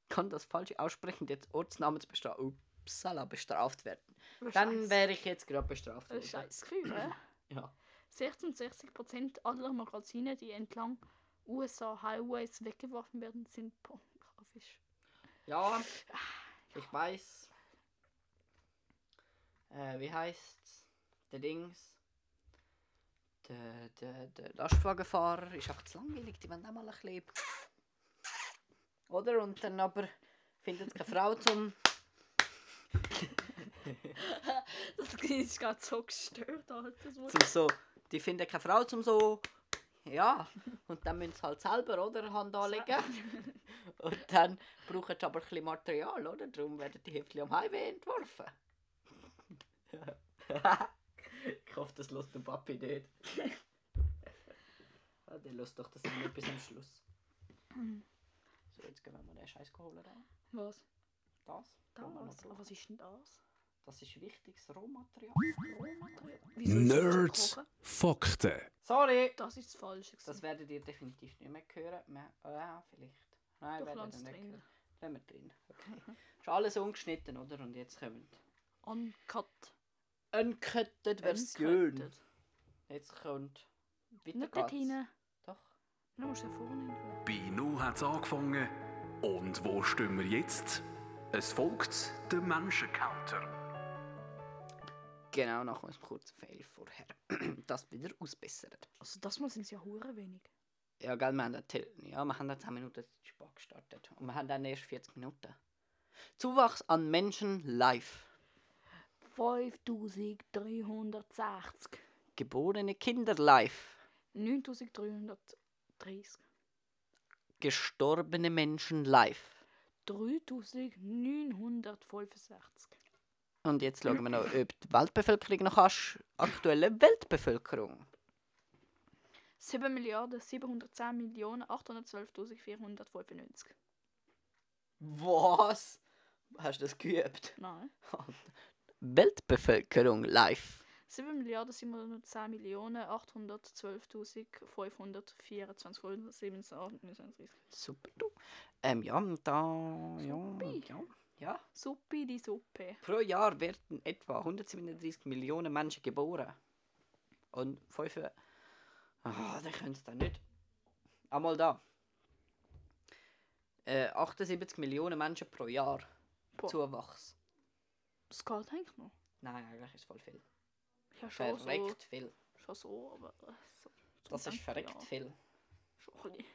Speaker 2: kann das falsche Aussprechen des Ortsnamens bestra Upsala bestraft werden. Dann wäre ich jetzt gerade bestraft
Speaker 4: Ein
Speaker 2: worden.
Speaker 4: scheiß Gefühl, hä?
Speaker 2: Ja.
Speaker 4: 66% aller Magazine, die entlang USA Highways weggeworfen werden, sind pornografisch.
Speaker 2: Ja, ich weiß. Äh, wie heißt's? Der Dings. Der, der, der Lastwagenfahrer ist einfach zu langweilig, die wollen auch mal ein bisschen. Oder? Und dann aber findet keine Frau zum.
Speaker 4: Das ist gerade so gestört, Alter. Das
Speaker 2: zum so. Die finden keine Frau zum so. Ja, und dann müssen sie halt selber, oder? Hand anlegen. Und dann brauchen sie aber ein bisschen Material, oder? Darum werden die Häftlinge am Highway entworfen. ich hoffe, das lässt der Papi nicht. ja, der lässt doch das immer bis am Schluss. So, jetzt gehen wir mal den Scheiß holen. da.
Speaker 4: was?
Speaker 2: Das.
Speaker 4: Das?
Speaker 2: können wir noch
Speaker 4: Aber
Speaker 2: brauchen.
Speaker 4: was ist denn das?
Speaker 2: Das ist wichtiges Rohmaterial.
Speaker 4: Wieso ist das so
Speaker 3: Nerds
Speaker 4: kochen?
Speaker 3: Fakten.
Speaker 2: Sorry!
Speaker 4: Das ist das Falsche.
Speaker 2: Das
Speaker 4: gewesen.
Speaker 2: werdet ihr definitiv nicht mehr hören. Mehr, ah, vielleicht. Nein,
Speaker 4: Doch,
Speaker 2: werdet
Speaker 4: lass
Speaker 2: ihr nicht
Speaker 4: drin.
Speaker 2: hören. Lassen wir drin. Okay. Ist alles ungeschnitten, oder? Und jetzt kommt
Speaker 4: Uncut.
Speaker 2: Uncut Version.
Speaker 4: Uncutted.
Speaker 2: Jetzt kommt weiter
Speaker 4: Nicht dort
Speaker 2: geht's.
Speaker 4: hinein.
Speaker 2: Doch.
Speaker 4: Du musst ja vorne hin.
Speaker 3: Bei Null hat es angefangen. Und wo stehen wir jetzt? Es folgt der Menschencounter.
Speaker 2: Genau, nach unserem kurzen Fail vorher. das wieder ausbessern.
Speaker 4: Also das Mal sind es ja hure wenig.
Speaker 2: Ja, gell, wir haben dann, Tele- ja, wir haben dann 10 Minuten zu spät gestartet. Und wir haben dann erst 40 Minuten. Zuwachs an Menschen live.
Speaker 4: 5360.
Speaker 2: Geborene Kinder live.
Speaker 4: 9330.
Speaker 2: Gestorbene Menschen live.
Speaker 4: 3965.
Speaker 2: Und jetzt schauen wir noch, ob die Weltbevölkerung noch hast. Aktuelle Weltbevölkerung.
Speaker 4: 7 Milliarden 710 Millionen 812.495.
Speaker 2: Was? Hast du das geübt?
Speaker 4: Nein.
Speaker 2: Weltbevölkerung live.
Speaker 4: 7 Milliarden 710 Millionen 812.524.
Speaker 2: Super. du. Ähm, ja, und da. Ja, ja, ja.
Speaker 4: Suppe die Suppe.
Speaker 2: Pro Jahr werden etwa 137 Millionen Menschen geboren. Und 5. Ah, die können es dann nicht. Einmal da. Äh, 78 Millionen Menschen pro Jahr.
Speaker 4: Boah.
Speaker 2: Zuwachs.
Speaker 4: Das geht eigentlich noch.
Speaker 2: Nein, eigentlich ist voll viel.
Speaker 4: Ja, schon
Speaker 2: Verreckt viel.
Speaker 4: so. Schon so, aber... äh, So, zum
Speaker 2: Das ist
Speaker 4: Denken,
Speaker 2: verreckt
Speaker 4: ja.
Speaker 2: viel.
Speaker 4: Schon ein bisschen.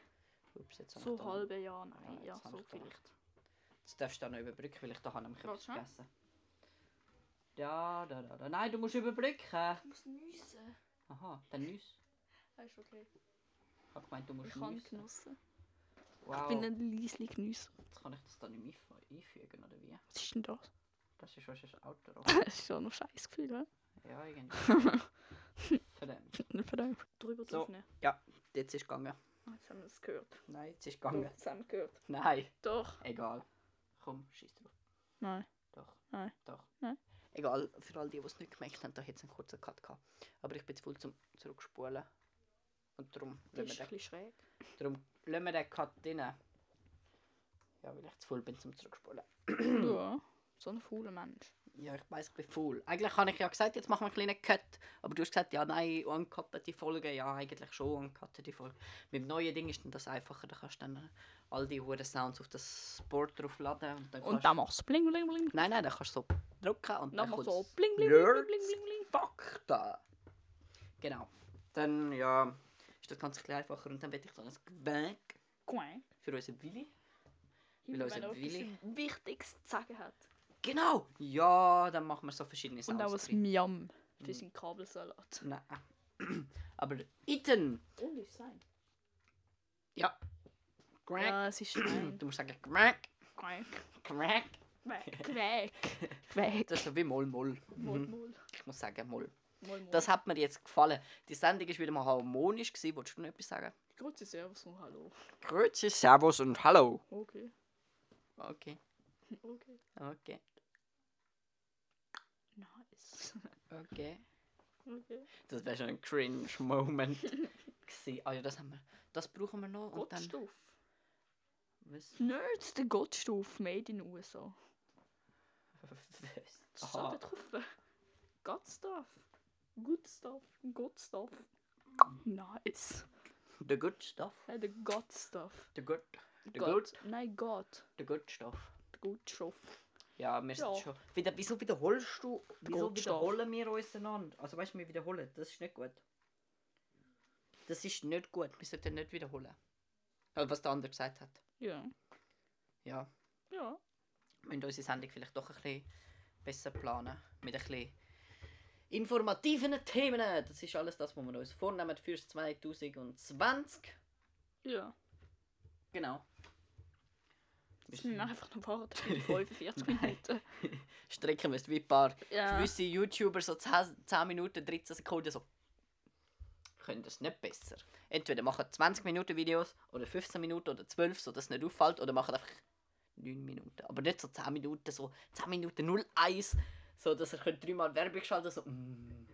Speaker 2: Ups, jetzt hab ich
Speaker 4: So
Speaker 2: da-
Speaker 4: halbe Jahr, nein,
Speaker 2: Ja,
Speaker 4: ja,
Speaker 2: jetzt hab
Speaker 4: so
Speaker 2: ich da-
Speaker 4: vielleicht.
Speaker 2: Jetzt darfst du da noch überbrücken, weil ich da habe nämlich etwas
Speaker 4: Willst du?
Speaker 2: vergessen. Da, da, da, da. Nein, du musst überbrücken.
Speaker 4: Ich muss nüssen.
Speaker 2: Aha, dann nüss.
Speaker 4: Das ist okay.
Speaker 2: Ich habe gemeint, du musst
Speaker 4: Ich kann
Speaker 2: nüssen.
Speaker 4: genussen. Ich
Speaker 2: Wow.
Speaker 4: bin ein leisli Genüsser.
Speaker 2: Jetzt kann ich das da nicht einf- einfügen, oder wie?
Speaker 4: Was ist denn das?
Speaker 2: Das ist wahrscheinlich ein Auto.
Speaker 4: Das ist ja noch scheiß Gefühl, ne? hä?
Speaker 2: ja, irgendwie. Verdammt.
Speaker 4: Nicht verdammt. Drüber
Speaker 2: So.
Speaker 4: drauf nicht.
Speaker 2: Ja, jetzt ist gegangen.
Speaker 4: Ah, Jetzt haben wir es gehört.
Speaker 2: Nein, jetzt ist
Speaker 4: Doch,
Speaker 2: gegangen.
Speaker 4: jetzt haben wir gehört.
Speaker 2: Nein,
Speaker 4: Doch.
Speaker 2: egal. Komm, schieß drauf.
Speaker 4: Nein.
Speaker 2: Doch.
Speaker 4: Nein.
Speaker 2: Doch.
Speaker 4: Nein.
Speaker 2: Egal, für all die, die es nicht gemerkt haben, da hätte es einen kurzen Cut gehabt. Aber ich bin zu voll zum Zurückspulen. Und darum
Speaker 4: Das
Speaker 2: lassen
Speaker 4: ist
Speaker 2: wir
Speaker 4: ein
Speaker 2: den,
Speaker 4: bisschen schräg.
Speaker 2: darum lassen wir den Cut drin. Ja, weil ich zu voll bin zum Zurückspulen. Hm.
Speaker 4: ja. So ein fauler Mensch.
Speaker 2: Ja, ich weiß, ich bin voll. Eigentlich habe ich ja gesagt, jetzt machen wir einen kleinen Cut. Aber du hast gesagt, ja, nein, uncuttete Folge. Ja, eigentlich schon uncuttete Folge. Mit dem neuen Ding ist dann das einfacher. Da kannst du dann all die hohen Sounds auf das Board draufladen. Und dann
Speaker 4: Und
Speaker 2: kannst
Speaker 4: dann machst du bling bling bling.
Speaker 2: Nein, nein, dann kannst du so drücken und
Speaker 4: Dann
Speaker 2: dann,
Speaker 4: machst
Speaker 2: kommt
Speaker 4: du so
Speaker 2: das
Speaker 4: bling bling bling bling
Speaker 2: Nerds
Speaker 4: bling bling.
Speaker 2: Fakta. Genau. Dann, ja, ist das Ganze ein bisschen einfacher. Und dann werde ich so ein Gewerk
Speaker 4: Quack.
Speaker 2: für unseren Willi.
Speaker 4: Weil
Speaker 2: unser
Speaker 4: er
Speaker 2: Willi-
Speaker 4: etwas Wichtiges zu sagen hat.
Speaker 2: Genau! Ja, dann machen wir so verschiedene
Speaker 4: Und
Speaker 2: Sounds.
Speaker 4: auch ein
Speaker 2: drin.
Speaker 4: Miam
Speaker 2: Hm.
Speaker 4: für seinen Kabelsalat.
Speaker 2: Nein. Aber Iten!
Speaker 4: Und ist sein.
Speaker 2: Ja. Quack.
Speaker 4: Ja, es ist sein.
Speaker 2: Du musst sagen, quack,
Speaker 4: Quack.
Speaker 2: quack.
Speaker 4: Quack. Quack. Quack.
Speaker 2: Das ist so wie Moll, Moll. Mhm.
Speaker 4: Mol, mol.
Speaker 2: Ich muss sagen, Moll.
Speaker 4: Mol, mol.
Speaker 2: Das hat mir jetzt gefallen. Die Sendung war wieder mal harmonisch. Gewesen. Wolltest du noch etwas sagen?
Speaker 4: Grüezi, Servus und Hallo.
Speaker 2: Grüezi, Servus und Hallo.
Speaker 4: Okay.
Speaker 2: Okay,
Speaker 4: Okay.
Speaker 2: okay,
Speaker 4: Nice.
Speaker 2: okay.
Speaker 4: Okay.
Speaker 2: Das wäre schon ein Cringe-Moment. gewesen. ah ja, das haben wir. Das brauchen wir noch. Und dann.
Speaker 4: Gottstufe.
Speaker 2: Was?
Speaker 4: Nerds, der Gottstufe, made in USA. Das
Speaker 2: Was?
Speaker 4: steht da
Speaker 2: Aha.
Speaker 4: drauf. God stuff. Good stuff. Good stuff. Nice.
Speaker 2: The good stuff.
Speaker 4: Nein, der God stuff.
Speaker 2: The good. The
Speaker 4: God.
Speaker 2: good.
Speaker 4: Nein, Gott.
Speaker 2: The good stuff.
Speaker 4: Der Gottstufe.
Speaker 2: Ja, wir sind
Speaker 4: Ja.
Speaker 2: schon. Wieder, wieso wiederholst du? Wieso
Speaker 4: Gottstoff.
Speaker 2: wiederholen wir uns einander? Also weißt du, wir wiederholen, das ist nicht gut. Das ist nicht gut, wir sollten nicht wiederholen. Äh, Was der andere gesagt hat.
Speaker 4: Ja.
Speaker 2: Ja,
Speaker 4: Ja.
Speaker 2: wir müssen unsere Sendung vielleicht doch ein bisschen besser planen. Mit ein bisschen informativen Themen. Das ist alles das, was wir uns vornehmen für 2020.
Speaker 4: Ja.
Speaker 2: Genau.
Speaker 4: Jetzt müssen wir einfach noch warten. für 45 Minuten.
Speaker 2: Strecken wir es wie ein paar
Speaker 4: Ja.
Speaker 2: gewisse YouTuber so 10, 10 Minuten, 13 Sekunden so. Können das nicht besser. Entweder machen 20 Minuten Videos oder 15 Minuten oder 12, sodass es nicht auffällt, oder machen einfach 9 Minuten. Aber nicht so 10 Minuten, so 10 Minuten 01, so dass ihr könnt dreimal Werbung schalten so. Mm.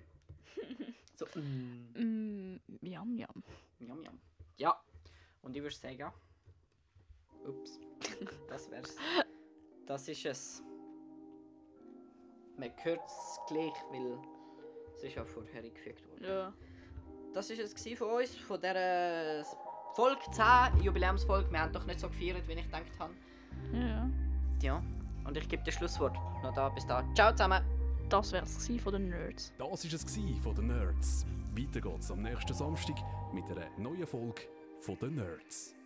Speaker 2: so mm.
Speaker 4: Mm, yum, yum.
Speaker 2: Yum, yum. Ja. Und ich würde sagen. Ups. Das wär's. Das ist es. Man hört es gleich, weil es ist ja vorher eingefügt worden.
Speaker 4: Ja.
Speaker 2: Das war es gewesen von uns, von dieser Folge 10, Jubiläumsfolge. Wir haben doch nicht so gefeiert, wie ich gedacht habe.
Speaker 4: Ja.
Speaker 2: Ja. Und ich gebe das Schlusswort noch da. Bis da. Ciao zusammen.
Speaker 4: Das wär's gewesen von den Nerds.
Speaker 3: Das war es gewesen von den Nerds. Weiter geht's am nächsten Samstag mit einer neuen Folge von den Nerds.